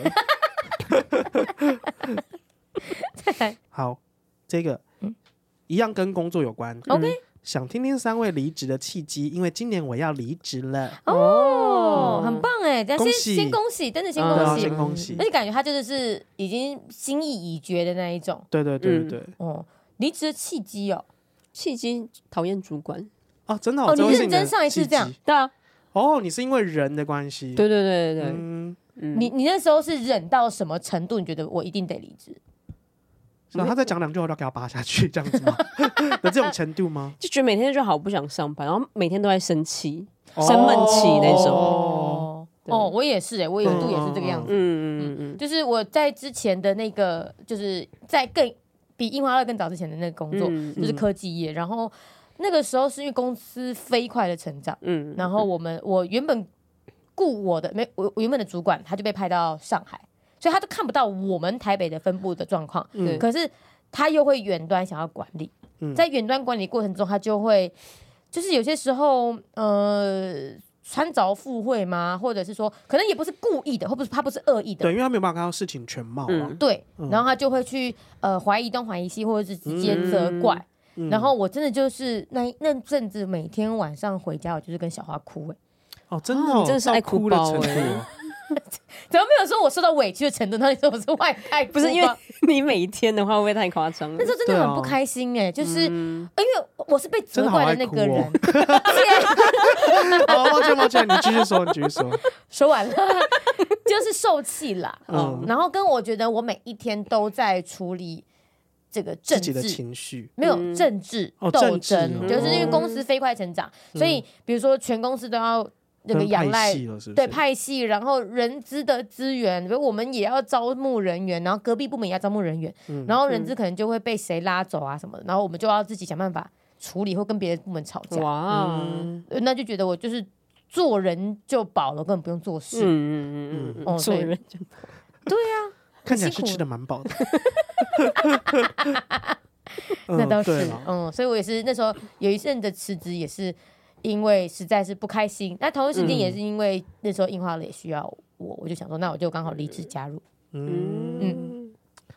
[SPEAKER 1] 好，这个一样跟工作有关。
[SPEAKER 3] 嗯 OK
[SPEAKER 1] 想听听三位离职的契机，因为今年我要离职了，
[SPEAKER 3] 哦，很棒哎，这样
[SPEAKER 1] 恭
[SPEAKER 3] 先
[SPEAKER 1] 喜
[SPEAKER 3] 先恭喜，真的先
[SPEAKER 1] 对啊，
[SPEAKER 3] 恭喜嗯
[SPEAKER 1] 先，恭喜
[SPEAKER 3] 而！且感觉他真的是已经心意已决的那一种嗯
[SPEAKER 1] 对对对对对，
[SPEAKER 3] 哦，离职的契机哦，
[SPEAKER 2] 契机讨厌主管，
[SPEAKER 1] 啊，真的、
[SPEAKER 3] 哦
[SPEAKER 1] 这
[SPEAKER 3] 你
[SPEAKER 1] 会是
[SPEAKER 3] 认
[SPEAKER 1] 的
[SPEAKER 3] 真上一次
[SPEAKER 1] 契
[SPEAKER 3] 这样
[SPEAKER 1] 机
[SPEAKER 2] 对啊，
[SPEAKER 1] 哦，你是因为人的关系，
[SPEAKER 2] 对对对对对，
[SPEAKER 1] 嗯，
[SPEAKER 2] 嗯
[SPEAKER 3] 你你那时候是忍到什么程度？你觉得我一定得离职？
[SPEAKER 1] 然后他再讲两句，我就给他扒下去，这样子吗？ 的这种程度吗？
[SPEAKER 2] 就觉得每天就好不想上班，然后每天都在生气，生闷气那种
[SPEAKER 1] 哦，
[SPEAKER 3] 哦哦，我也是哎、我有一度也是这个样子，
[SPEAKER 2] 嗯嗯嗯
[SPEAKER 3] 就是我在之前的那个，就是在更比樱花乐更早之前的那个工作，
[SPEAKER 2] 嗯
[SPEAKER 3] 就是科技业，然后那个时候是因为公司飞快的成长，
[SPEAKER 2] 嗯，
[SPEAKER 3] 然后我们我原本雇我的没我我原本的主管他就被派到上海，所以他都看不到我们台北的分部的状况，
[SPEAKER 2] 对
[SPEAKER 3] 可是他又会远端想要管理，
[SPEAKER 1] 嗯
[SPEAKER 3] 在远端管理过程中，他就会就是有些时候呃穿凿附会嘛，或者是说可能也不是故意的，或不是他不是恶意的
[SPEAKER 1] 对，，因为他没有办法看到事情全貌啊
[SPEAKER 2] 嗯。
[SPEAKER 3] 对，然后他就会去呃怀疑东怀疑西，或者是直接责怪。
[SPEAKER 1] 嗯
[SPEAKER 3] 然后我真的就是那一那阵子，每天晚上回家，我就是跟小花哭、欸，
[SPEAKER 1] 哦，真的
[SPEAKER 2] 啊
[SPEAKER 1] 哦，
[SPEAKER 2] 你真的是
[SPEAKER 1] 到
[SPEAKER 2] 爱哭
[SPEAKER 1] 哭的
[SPEAKER 2] 包
[SPEAKER 1] 程度
[SPEAKER 2] 欸
[SPEAKER 1] 哦，
[SPEAKER 3] 怎么没有说我受到委屈的程度？那你说我是外派哭吧，
[SPEAKER 2] 不是因为你每天的话会不会太夸张了
[SPEAKER 3] 那？时候真的
[SPEAKER 1] 对
[SPEAKER 3] 很
[SPEAKER 1] 啊
[SPEAKER 3] 不开心哎、就是、呃因为我是被
[SPEAKER 1] 真
[SPEAKER 3] 责
[SPEAKER 1] 的好
[SPEAKER 3] 怪
[SPEAKER 1] 爱
[SPEAKER 3] 的那
[SPEAKER 1] 哭
[SPEAKER 3] 个
[SPEAKER 1] 哦
[SPEAKER 3] 人。。
[SPEAKER 1] 哦，抱歉抱歉，你继续说，你继续说。
[SPEAKER 3] 说完了， 就是受气啦。
[SPEAKER 1] 嗯，
[SPEAKER 3] 然后跟我觉得我每一天都在处理这个政
[SPEAKER 1] 自己的
[SPEAKER 3] 治。
[SPEAKER 1] 情绪，
[SPEAKER 3] 没有
[SPEAKER 2] 嗯
[SPEAKER 3] 政治
[SPEAKER 1] 哦
[SPEAKER 3] 斗
[SPEAKER 1] 政治
[SPEAKER 3] 争，
[SPEAKER 1] 哦嗯
[SPEAKER 3] 就是因为公司飞快成长，所以比如说全公司都要那个
[SPEAKER 1] 跟
[SPEAKER 3] 仰
[SPEAKER 1] 派
[SPEAKER 3] 赖
[SPEAKER 1] 系了是不是？
[SPEAKER 3] 对派系，然后人资的资源，比如我们也要招募人员，然后隔壁部门也要招募人员，
[SPEAKER 1] 嗯
[SPEAKER 3] 然后人资可能就会被谁拉走啊什么的，然后我们就要自己想办法处理，或跟别的部门吵架，
[SPEAKER 2] 哇，嗯
[SPEAKER 1] 嗯
[SPEAKER 3] 呃那就觉得我就是做人就饱了，根本不用做事。
[SPEAKER 2] 嗯嗯
[SPEAKER 3] 哦
[SPEAKER 2] 嗯，做
[SPEAKER 3] 对
[SPEAKER 2] 人就
[SPEAKER 1] 看起来是
[SPEAKER 3] 辛苦
[SPEAKER 1] 吃的蛮 饱的。
[SPEAKER 3] 那
[SPEAKER 1] 嗯
[SPEAKER 3] 倒
[SPEAKER 1] 对
[SPEAKER 3] 是
[SPEAKER 1] 啦，
[SPEAKER 3] 嗯，所以我也是那时候有一阵的辞职，也是因为实在是不开心。那同一时
[SPEAKER 1] 嗯
[SPEAKER 3] 间也是因为那时候樱花了也需要我，我就想说，那我就刚好离职加入。
[SPEAKER 1] 嗯，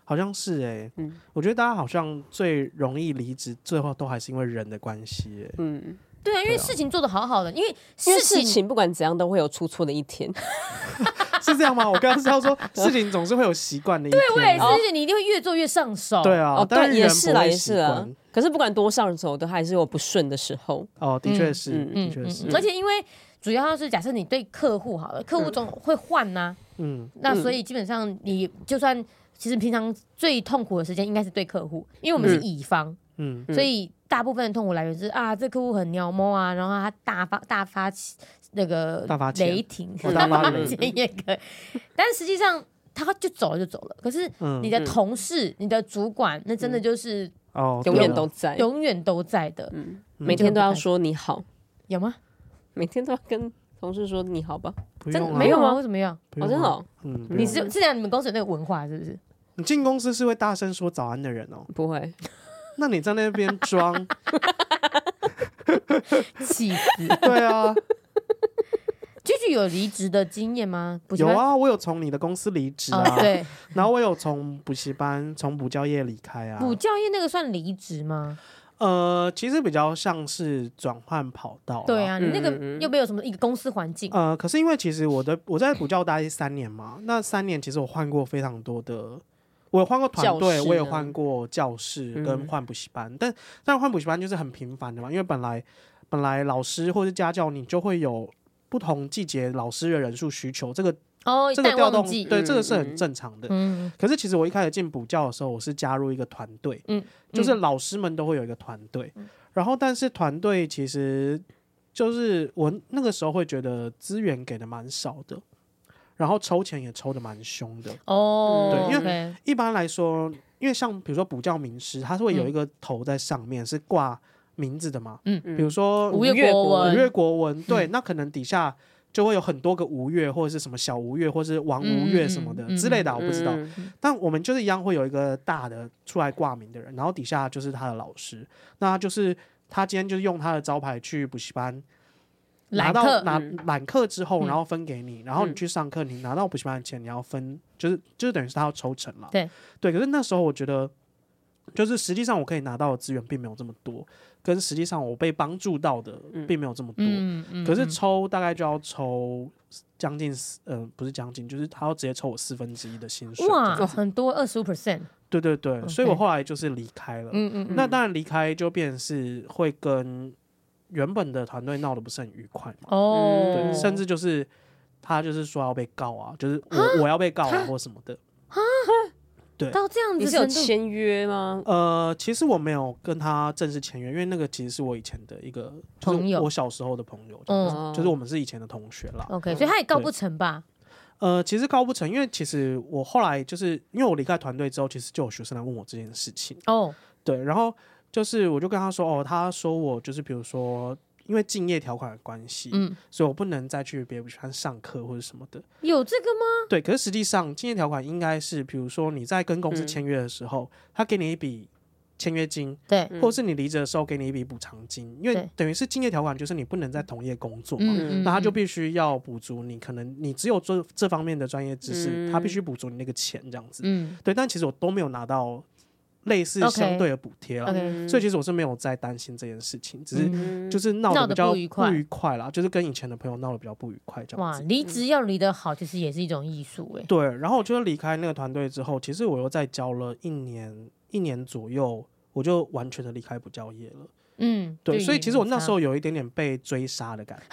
[SPEAKER 1] 好像是哎、
[SPEAKER 2] 嗯
[SPEAKER 1] 我觉得大家好像最容易离职，最后都还是因为人的关系、欸。
[SPEAKER 2] 嗯，
[SPEAKER 3] 对啊，因为
[SPEAKER 1] 对啊
[SPEAKER 3] 事情做得好好的，因为
[SPEAKER 2] 因为事
[SPEAKER 3] 事情
[SPEAKER 2] 情不管怎样都会有出错的一天，
[SPEAKER 1] 是这样吗？我刚刚是要说，事情总是会有习惯的一天啊。
[SPEAKER 3] 对我也是，就是你一定会越做越上手。
[SPEAKER 1] 对啊，
[SPEAKER 2] 哦，
[SPEAKER 1] 但
[SPEAKER 2] 对，也
[SPEAKER 1] 人
[SPEAKER 2] 是
[SPEAKER 1] 不
[SPEAKER 2] 啦，
[SPEAKER 1] 会
[SPEAKER 2] 也
[SPEAKER 1] 习
[SPEAKER 2] 是啦
[SPEAKER 1] 惯。
[SPEAKER 2] 可是不管多上手，都还是有不顺的时候。
[SPEAKER 1] 哦，的确是，
[SPEAKER 2] 嗯
[SPEAKER 1] 的
[SPEAKER 3] 嗯，
[SPEAKER 1] 确
[SPEAKER 3] 嗯
[SPEAKER 1] 是，
[SPEAKER 3] 嗯，而且因为主要是假设你对客户好了，客户总会换呐、
[SPEAKER 1] 嗯，
[SPEAKER 3] 那所以基本上你就算其实平常最痛苦的时间应该是对客户，因为我们是
[SPEAKER 2] 嗯
[SPEAKER 3] 乙方。
[SPEAKER 1] 嗯，
[SPEAKER 3] 所以大部分的痛苦来源是啊，这客户很鸟猫啊，然后他大发大发起那个
[SPEAKER 1] 大发钱
[SPEAKER 3] 雷霆，
[SPEAKER 1] 我大发 雷
[SPEAKER 3] 钱也可以，但实际上他就走了就走了。可是
[SPEAKER 1] 嗯
[SPEAKER 3] 你的同事、你的主管，那真的就是
[SPEAKER 1] 哦，
[SPEAKER 2] 永远
[SPEAKER 1] 对啊嗯
[SPEAKER 2] 都在，
[SPEAKER 3] 永远都在的，
[SPEAKER 2] 每天都要说你好，
[SPEAKER 3] 有吗？
[SPEAKER 2] 每天都要跟同事说你好吧？
[SPEAKER 1] 不
[SPEAKER 2] 真
[SPEAKER 1] 用啊
[SPEAKER 2] 没有吗
[SPEAKER 3] 为什么要？
[SPEAKER 1] 不用
[SPEAKER 2] 哦，真的
[SPEAKER 1] 啊
[SPEAKER 2] 哦
[SPEAKER 1] 嗯，不
[SPEAKER 3] 你
[SPEAKER 1] 用
[SPEAKER 3] 是是讲你们公司有那个文化是不是？
[SPEAKER 1] 你进公司是会大声说早安的人哦，
[SPEAKER 2] 不会，
[SPEAKER 1] 那你在那边装，
[SPEAKER 3] 气死！
[SPEAKER 1] 对 啊，
[SPEAKER 3] 句句有离职的经验吗？补习
[SPEAKER 1] 有
[SPEAKER 3] 班，
[SPEAKER 1] 啊，我有从你的公司离职啊
[SPEAKER 3] 哦，，对，
[SPEAKER 1] 然后我有从补习班从补教业离开啊，
[SPEAKER 3] 补教业那个算离职吗？
[SPEAKER 1] 呃，其实比较像是转换跑道，
[SPEAKER 3] 对。啊，你那
[SPEAKER 2] 嗯嗯
[SPEAKER 3] 个
[SPEAKER 2] 嗯
[SPEAKER 3] 又没有什么一个公司环境，
[SPEAKER 1] 呃，可是因为其实我的我在补教待三年嘛，那三年其实我换过非常多的，我有换过团
[SPEAKER 2] 教
[SPEAKER 1] 队，
[SPEAKER 2] 室
[SPEAKER 1] 我也
[SPEAKER 2] 呢
[SPEAKER 1] 换过教室跟
[SPEAKER 2] 嗯
[SPEAKER 1] 换补习班，但但换补习班就是很频繁的嘛，因为本来本来老师或是家教你就会有不同季节老师的人数需求，这个
[SPEAKER 3] 哦，
[SPEAKER 1] 这个
[SPEAKER 3] 淡
[SPEAKER 1] 调
[SPEAKER 3] 旺
[SPEAKER 1] 动
[SPEAKER 3] 季，
[SPEAKER 1] 对这个是
[SPEAKER 2] 嗯
[SPEAKER 1] 很
[SPEAKER 2] 嗯
[SPEAKER 1] 正常的。
[SPEAKER 3] 嗯，
[SPEAKER 1] 可是其实我一开始进补教的时候，我是加入一个团队，
[SPEAKER 3] 嗯
[SPEAKER 1] 就是老师们都会有一个团队，然后但是团队其实就是我那个时候会觉得资源给的蛮少的，然后抽钱也抽的蛮凶的。
[SPEAKER 3] 哦，
[SPEAKER 1] 对因为
[SPEAKER 3] 为
[SPEAKER 1] 一般来说，因为像比如说补教名师，他是会有一个头在上面、是挂名字的嘛，
[SPEAKER 3] 嗯
[SPEAKER 1] 比如说
[SPEAKER 3] 五
[SPEAKER 1] 吴
[SPEAKER 3] 月国
[SPEAKER 1] 吴
[SPEAKER 3] 文嗯
[SPEAKER 1] 越呃国文，对，那可能底下。就会有很多个吴越，或者是什么小吴越，或者是王吴越什么的
[SPEAKER 3] 嗯嗯嗯
[SPEAKER 1] 之类的啊，
[SPEAKER 2] 我
[SPEAKER 1] 我不知道。但我们就是一样会有一个大的出来挂名的人，然后底下就是他的老师，那他就是他今天就是用他的招牌去补习班拿
[SPEAKER 3] 揽
[SPEAKER 1] 到
[SPEAKER 3] 客
[SPEAKER 1] 拿
[SPEAKER 2] 嗯
[SPEAKER 1] 揽课之后，
[SPEAKER 3] 嗯
[SPEAKER 1] 然后分给你，然后你去上课，你拿到补习班的钱你要分，就是就是等于是他要抽成了。
[SPEAKER 3] 对
[SPEAKER 1] 对，可是那时候我觉得，就是实际上我可以拿到的资源并没有这么多，跟实际上我被帮助到的并没有这么多。
[SPEAKER 3] 嗯嗯
[SPEAKER 1] 可是抽大概就要抽将近四，呃，不是将近，就是他要直接抽我四分之一的薪水。
[SPEAKER 3] 哇，很多二十五 percent，
[SPEAKER 1] 对对对嗯
[SPEAKER 3] OK 嗯
[SPEAKER 1] 所以我后来就是离开了。
[SPEAKER 3] 嗯嗯
[SPEAKER 1] 那当然离开就变成是会跟原本的团队闹得不是很愉快嘛，
[SPEAKER 3] 哦，
[SPEAKER 1] 对，甚至就是他就是说要被告啊，就是我我要被告啊或什么的。
[SPEAKER 3] 到这样
[SPEAKER 2] 你
[SPEAKER 3] 子
[SPEAKER 2] 是有
[SPEAKER 3] 程度，
[SPEAKER 2] 签约吗？
[SPEAKER 1] 呃，其实我没有跟他正式签约，因为那个其实是我以前的一个就是
[SPEAKER 3] 朋友嗯
[SPEAKER 1] 我小时候的朋友，这样子
[SPEAKER 2] 嗯
[SPEAKER 1] 就是我们是以前的同学啦。
[SPEAKER 3] OK，所以他也告
[SPEAKER 1] 对
[SPEAKER 3] 不成吧？
[SPEAKER 1] 呃，其实告不成，因为其实我后来就是因为我离开团队之后，其实就有学生来问我这件事情，
[SPEAKER 3] 哦，
[SPEAKER 1] 对，然后就是我就跟他说，哦，他说我就是比如说因为敬业条款的关系，
[SPEAKER 3] 嗯，
[SPEAKER 1] 所以我不能再去别的补习班上课或者什么的，
[SPEAKER 3] 有这个吗？
[SPEAKER 1] 对，可是实际上，竞业条款应该是，比如说你在跟公司
[SPEAKER 2] 嗯
[SPEAKER 1] 签约的时候，他给你一笔签约金，
[SPEAKER 3] 对，
[SPEAKER 2] 嗯
[SPEAKER 1] 或是你离职的时候给你一笔补偿金，因为
[SPEAKER 3] 嗯对
[SPEAKER 1] 等于是竞业条款就是你不能在同业工作嘛，
[SPEAKER 3] 嗯，
[SPEAKER 1] 那他就
[SPEAKER 3] 变
[SPEAKER 1] 必须要补足你可能你只有做这方面的专业知识，他必须补足你那个钱这样子。
[SPEAKER 3] 嗯
[SPEAKER 1] 对，但其实我都没有拿到类似
[SPEAKER 3] OK
[SPEAKER 1] 相对的补贴了
[SPEAKER 3] OK，
[SPEAKER 1] 所以其实我是没有在担心这件事情，只是
[SPEAKER 2] 嗯
[SPEAKER 1] 就是闹
[SPEAKER 3] 闹
[SPEAKER 1] 得比
[SPEAKER 3] 得
[SPEAKER 1] 较
[SPEAKER 3] 不愉快
[SPEAKER 1] 不愉快啦，就是跟以前的朋友闹得比较不愉快这样
[SPEAKER 3] 哇，
[SPEAKER 1] 子。
[SPEAKER 3] 离职要离得好，其实也是一种艺术哎。
[SPEAKER 1] 对，然后我就离开那个团队之后，其实我又再教了一年，一年左右，我就完全的离开补教业了。
[SPEAKER 3] 嗯，
[SPEAKER 1] 对，所以其实我那时
[SPEAKER 3] 候，
[SPEAKER 1] 候有一点点被追杀的感觉。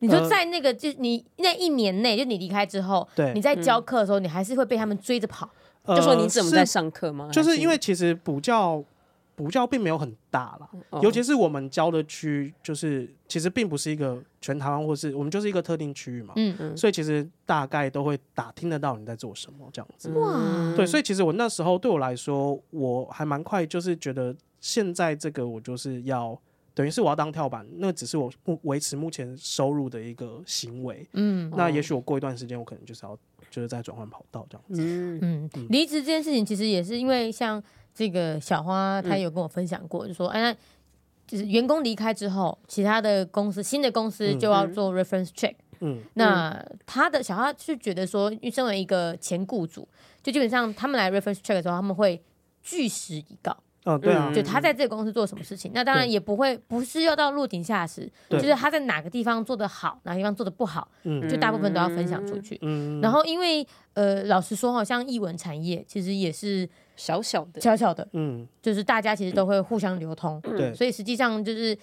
[SPEAKER 3] 你说
[SPEAKER 1] 呃
[SPEAKER 3] 在那个就你那一年内，就你离开之后，
[SPEAKER 1] 对
[SPEAKER 3] 你在教课的时候，你还是会被他们追着跑。
[SPEAKER 1] 呃
[SPEAKER 2] 就说你怎么
[SPEAKER 1] 是
[SPEAKER 2] 在上课吗？
[SPEAKER 1] 就是
[SPEAKER 2] 还
[SPEAKER 1] 因为其实补教补教并没有很大啦，
[SPEAKER 2] 哦
[SPEAKER 1] 尤其是我们教的区，就是其实并不是一个全台湾，或是我们就是一个特定区域嘛，
[SPEAKER 3] 嗯
[SPEAKER 2] 嗯
[SPEAKER 1] 所以其实大概都会打听得到你在做什么这样子。
[SPEAKER 2] 嗯
[SPEAKER 3] 哇，
[SPEAKER 1] 对，所以其实我那时候对我来说，我还蛮快，就是觉得现在这个我就是要，等于是我要当跳板，那只是我目维持目前收入的一个行为。
[SPEAKER 3] 嗯
[SPEAKER 1] 那也许我过一段时间，我可能就是要就是再转换跑道这样子。
[SPEAKER 2] 嗯
[SPEAKER 3] 嗯
[SPEAKER 1] 嗯，
[SPEAKER 3] 离职这件事情其实也是因为像这个小花，她有跟我分享过，就说哎，那就是员工离开之后，其他的公司新的公司
[SPEAKER 1] 嗯
[SPEAKER 3] 就要做 reference check。
[SPEAKER 1] 嗯，
[SPEAKER 3] 那他的小花是觉得说，因为身为一个前雇主，就基本上他们来 reference check 的时候，他们会据实以告，
[SPEAKER 1] 嗯，对啊
[SPEAKER 2] 嗯，
[SPEAKER 3] 就他在这个公司做什么事情。那当然
[SPEAKER 1] 对
[SPEAKER 3] 也不会不是要到落井下石，
[SPEAKER 1] 对
[SPEAKER 3] 就是他在哪个地方做得好，哪个地方做得不好，
[SPEAKER 1] 嗯
[SPEAKER 3] 就大部分都要分享出去。
[SPEAKER 1] 嗯，
[SPEAKER 3] 然后因为呃，老实说好像译文产业其实也是
[SPEAKER 2] 小小的，
[SPEAKER 3] 小小的，
[SPEAKER 1] 嗯，
[SPEAKER 3] 就是大家其实都会互相流通，
[SPEAKER 1] 对，
[SPEAKER 3] 所以实际上就是。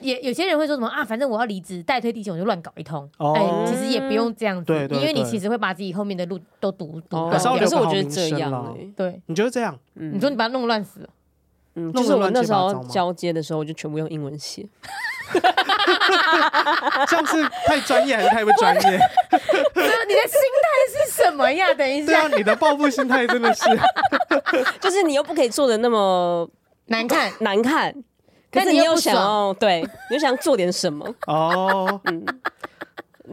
[SPEAKER 3] 也有些人会说什么啊，反正我要离职，代推地勤我就乱搞一通。
[SPEAKER 1] 哦
[SPEAKER 3] 哎、其实也不用这样子，
[SPEAKER 1] 对对
[SPEAKER 3] 因为你
[SPEAKER 1] 对
[SPEAKER 3] 其实会把自己后面的路都堵堵
[SPEAKER 2] 哦
[SPEAKER 1] 还
[SPEAKER 3] 断
[SPEAKER 1] 是要
[SPEAKER 2] 可
[SPEAKER 1] 留
[SPEAKER 3] 掉。
[SPEAKER 2] 是
[SPEAKER 1] 个嗯
[SPEAKER 2] 我
[SPEAKER 1] 好
[SPEAKER 2] 觉得
[SPEAKER 1] 名
[SPEAKER 2] 这
[SPEAKER 1] 声
[SPEAKER 2] 样
[SPEAKER 1] 啦
[SPEAKER 2] 欸
[SPEAKER 3] 对，
[SPEAKER 1] 你觉得这样？
[SPEAKER 3] 你说你把它弄乱死了，
[SPEAKER 2] 嗯，
[SPEAKER 1] 弄
[SPEAKER 2] 就
[SPEAKER 1] 得
[SPEAKER 2] 是我
[SPEAKER 1] 乱七
[SPEAKER 2] 那时
[SPEAKER 1] 八
[SPEAKER 2] 候
[SPEAKER 1] 糟吗
[SPEAKER 2] 交接的时候，我就全部用英文写，
[SPEAKER 1] 这样是太专业还是太不专业？
[SPEAKER 3] 这你的心态是什么呀？等一
[SPEAKER 1] 对
[SPEAKER 3] 下，
[SPEAKER 1] 啊，你的报复心态真的是，
[SPEAKER 2] 就是你又不可以做的那么
[SPEAKER 3] 难看。
[SPEAKER 2] 难 看，可
[SPEAKER 3] 但
[SPEAKER 2] 是
[SPEAKER 3] 你
[SPEAKER 2] 你
[SPEAKER 3] 又
[SPEAKER 2] 又
[SPEAKER 3] 不
[SPEAKER 2] 想
[SPEAKER 3] 爽
[SPEAKER 2] 要对，你又想要做点什 么，
[SPEAKER 1] 哦，
[SPEAKER 2] 嗯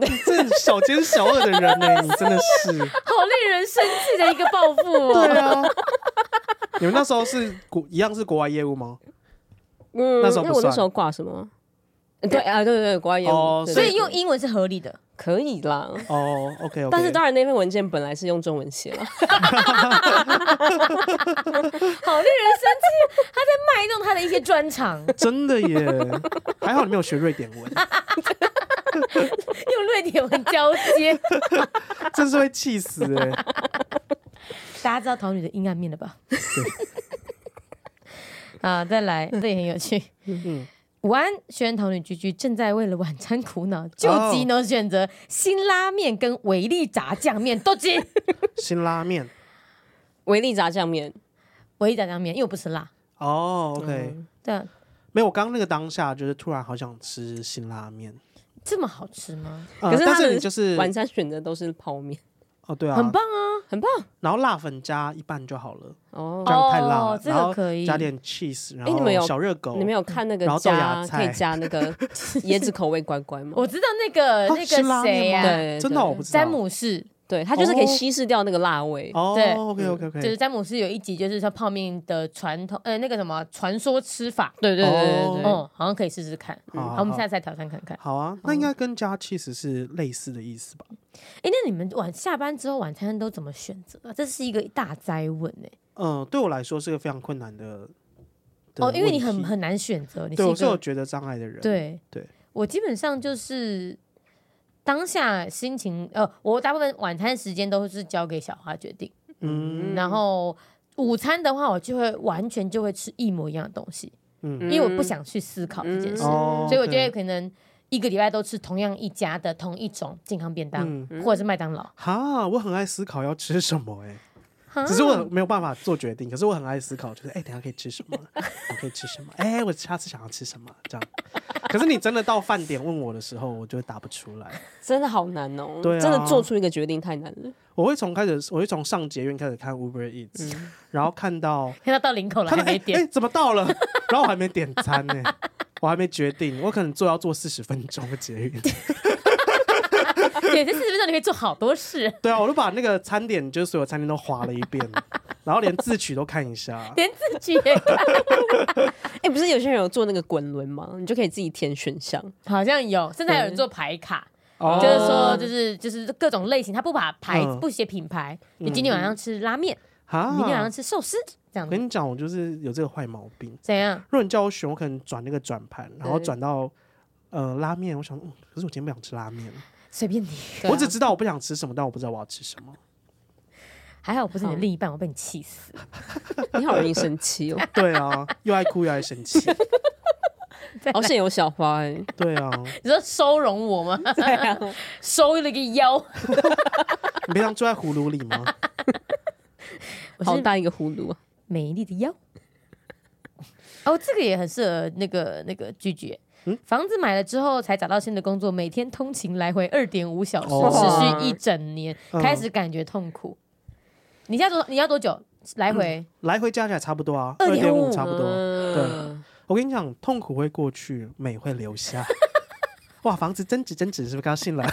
[SPEAKER 1] 这小奸小恶的人呢、你真的 是，
[SPEAKER 3] 好令人生气的一个报复
[SPEAKER 1] 对啊。
[SPEAKER 3] 哦！
[SPEAKER 1] 你们那时候是国一样是国外业务吗？
[SPEAKER 2] 嗯，
[SPEAKER 1] 那时候
[SPEAKER 2] 因
[SPEAKER 1] 不
[SPEAKER 2] 为我那
[SPEAKER 1] 算
[SPEAKER 2] 时候挂什么？呃对啊，对对对，国外业务，
[SPEAKER 1] 哦
[SPEAKER 2] 对
[SPEAKER 3] 所
[SPEAKER 2] 对
[SPEAKER 3] 以用英文是合理的。
[SPEAKER 2] 可以啦。
[SPEAKER 1] 哦，OK，, o k
[SPEAKER 2] 但是当然，那篇文件本来是用中 文写了，
[SPEAKER 3] 好令人生气，他在卖弄他的一些专长，
[SPEAKER 1] 真的耶，还好你没有学瑞典文，
[SPEAKER 3] 用瑞典文交 接。
[SPEAKER 1] 真是会气死哎、
[SPEAKER 3] 大家知道桃女的阴暗面了吧？ 啊，再来，这也很有趣。
[SPEAKER 1] 嗯
[SPEAKER 3] 午安，轩桃女居居正在为了晚餐苦恼，就急能选择辛拉面跟维力炸酱面都急。
[SPEAKER 1] 辛拉面
[SPEAKER 2] 维力炸酱面，
[SPEAKER 3] 维力炸酱面，因为我不吃辣。
[SPEAKER 1] 哦，OK，、
[SPEAKER 2] 嗯
[SPEAKER 3] 对啊，
[SPEAKER 1] 没有，我刚刚那个当下就是突然好想吃辛拉面，
[SPEAKER 3] 这么好吃吗？
[SPEAKER 1] 呃
[SPEAKER 2] 可是
[SPEAKER 1] 但
[SPEAKER 2] 他
[SPEAKER 1] 是
[SPEAKER 2] 的
[SPEAKER 1] 你就是
[SPEAKER 2] 晚餐选的都是泡面，
[SPEAKER 1] 哦对啊，
[SPEAKER 3] 很，棒啊！
[SPEAKER 2] 很棒
[SPEAKER 1] 然后辣粉加一半就好了，
[SPEAKER 2] 哦
[SPEAKER 1] 这。样太辣了，
[SPEAKER 3] 哦这个
[SPEAKER 1] 然后
[SPEAKER 3] 可以
[SPEAKER 1] 加点 cheese，然
[SPEAKER 2] 诶你们有
[SPEAKER 1] 后小热狗，
[SPEAKER 2] 你们有看那个
[SPEAKER 1] 然后豆芽
[SPEAKER 2] 加
[SPEAKER 1] 菜
[SPEAKER 2] 可以加 那个椰子口味乖乖吗？
[SPEAKER 3] 嗯我知道那个
[SPEAKER 1] 啊
[SPEAKER 3] 呃那
[SPEAKER 1] 辛
[SPEAKER 3] 个
[SPEAKER 1] 拉
[SPEAKER 3] 谁
[SPEAKER 1] 面吗？
[SPEAKER 3] 呀、
[SPEAKER 2] 对对
[SPEAKER 1] 真的哦我不知道。
[SPEAKER 3] 詹姆士，
[SPEAKER 2] 对，它就是可以
[SPEAKER 1] 哦
[SPEAKER 2] 稀释掉那个辣味。
[SPEAKER 1] 哦
[SPEAKER 3] 对
[SPEAKER 1] ，OK OK
[SPEAKER 3] 就
[SPEAKER 1] OK，
[SPEAKER 3] 是詹姆士有一集就是说泡面的传统，呃，那个什么传说吃法，
[SPEAKER 2] 对对对
[SPEAKER 1] 哦
[SPEAKER 2] 对对对，
[SPEAKER 3] 哦，好像可以试试看。
[SPEAKER 1] 好
[SPEAKER 3] 好，我们下次再嗯挑战看看。
[SPEAKER 1] 好啊，那应该跟加 cheese 是类似的意思吧？
[SPEAKER 3] 哎、那你们晚下班之后晚餐都怎么选择啊？这是一个大灾问哎、
[SPEAKER 1] 嗯，对我来说是个非常困难的。的
[SPEAKER 3] 哦，因为你
[SPEAKER 1] 问
[SPEAKER 3] 很
[SPEAKER 1] 题
[SPEAKER 3] 很难选择，你是
[SPEAKER 1] 对
[SPEAKER 3] 一
[SPEAKER 1] 我是有
[SPEAKER 3] 个
[SPEAKER 1] 觉得障碍的人，，
[SPEAKER 3] 对
[SPEAKER 1] 对
[SPEAKER 3] 我基本上就是当下心情，呃，我大部分晚餐时间都是交给小花决定，
[SPEAKER 1] 嗯
[SPEAKER 3] 然后午餐的话，我就会完全就会吃一模一样的东西，
[SPEAKER 1] 嗯，
[SPEAKER 3] 因为我不想去思考这件事，
[SPEAKER 2] 嗯
[SPEAKER 1] 哦，
[SPEAKER 3] 所以我觉
[SPEAKER 1] 对
[SPEAKER 3] 得可能一个礼拜都吃同样一家的同一种健康便当，
[SPEAKER 1] 嗯
[SPEAKER 3] 或者是麦当劳。
[SPEAKER 1] 哈，我很爱思考要吃什么哎、
[SPEAKER 3] 哈
[SPEAKER 1] 只是我没有办法做决定，可是我很爱思考，就是哎、等一下可以吃什么？我可以吃什么？哎、我下次想要吃什么？这样。可是你真的到饭点问我的时候，我就答不出来。
[SPEAKER 2] 真的好难哦、
[SPEAKER 1] 对啊
[SPEAKER 2] 真的做出一个决定太难了。
[SPEAKER 1] 我会从开始，我会从上捷运开始看 Uber Eats，、然后看到
[SPEAKER 3] 看到到领口了
[SPEAKER 1] 看
[SPEAKER 3] 嗯还
[SPEAKER 1] 到哎
[SPEAKER 3] 没
[SPEAKER 1] 哎、
[SPEAKER 3] 点，
[SPEAKER 1] 怎么到 了，然后我还没点餐呢、我还没决定，我可能坐要坐四十分钟的捷 运。哎
[SPEAKER 3] 对，这四十分钟你可以做好多事，
[SPEAKER 1] 对啊，我都把那个餐点，就是所有餐厅都划了一遍， 然后连自取都看一下。
[SPEAKER 3] 连自己也看
[SPEAKER 2] 哎、不是有些人有做那个滚轮吗？你就可以自己填选项。
[SPEAKER 3] 好像有，甚至还有人做牌卡。
[SPEAKER 1] 哦
[SPEAKER 3] 就是说，就是就是各种类型，他不把牌、
[SPEAKER 1] 嗯
[SPEAKER 3] 不写品牌。你今天晚上吃拉面，
[SPEAKER 1] 啊，
[SPEAKER 3] 你明天晚上吃寿司，这样
[SPEAKER 1] 我
[SPEAKER 3] 子
[SPEAKER 1] 跟你讲，我就是有这个坏毛病。
[SPEAKER 3] 怎样？
[SPEAKER 1] 如果你叫我选，我可能转那个转盘，然后
[SPEAKER 2] 对
[SPEAKER 1] 转到呃拉面。我想，嗯，可是我今天不想吃拉面，
[SPEAKER 3] 随便你。
[SPEAKER 1] 我只知道我不想吃什么，但我不知道我要吃什么。
[SPEAKER 3] 还好我不是你的
[SPEAKER 2] 好
[SPEAKER 3] 另一半，我被你气死。
[SPEAKER 2] 你好容易生气哦、
[SPEAKER 1] 对啊，又爱哭又爱生气。
[SPEAKER 2] 好险有小花哎、
[SPEAKER 1] 对 啊，
[SPEAKER 3] 哦你说收容我吗？
[SPEAKER 2] 对啊，
[SPEAKER 3] 收了个腰，
[SPEAKER 1] 你平常住在葫芦里吗？
[SPEAKER 3] 我
[SPEAKER 2] 好
[SPEAKER 3] 是
[SPEAKER 2] 大一个葫芦啊！
[SPEAKER 3] 美丽的腰。 哦，这个也很适合那个那个拒绝。
[SPEAKER 1] 嗯
[SPEAKER 3] 房子买了之后才找到新的工作，每天通勤来回二点五小时，
[SPEAKER 1] 哦
[SPEAKER 3] 持续一整年，
[SPEAKER 1] 嗯
[SPEAKER 3] 开始感觉痛苦。你现在多你要多久来回？
[SPEAKER 1] 来回加起来差不多啊，二点
[SPEAKER 3] 2.5
[SPEAKER 1] 五差不多。
[SPEAKER 2] 嗯，
[SPEAKER 1] 我跟你讲，痛苦会过去，美会留 下。哇，房子增值增值，是不是高兴了？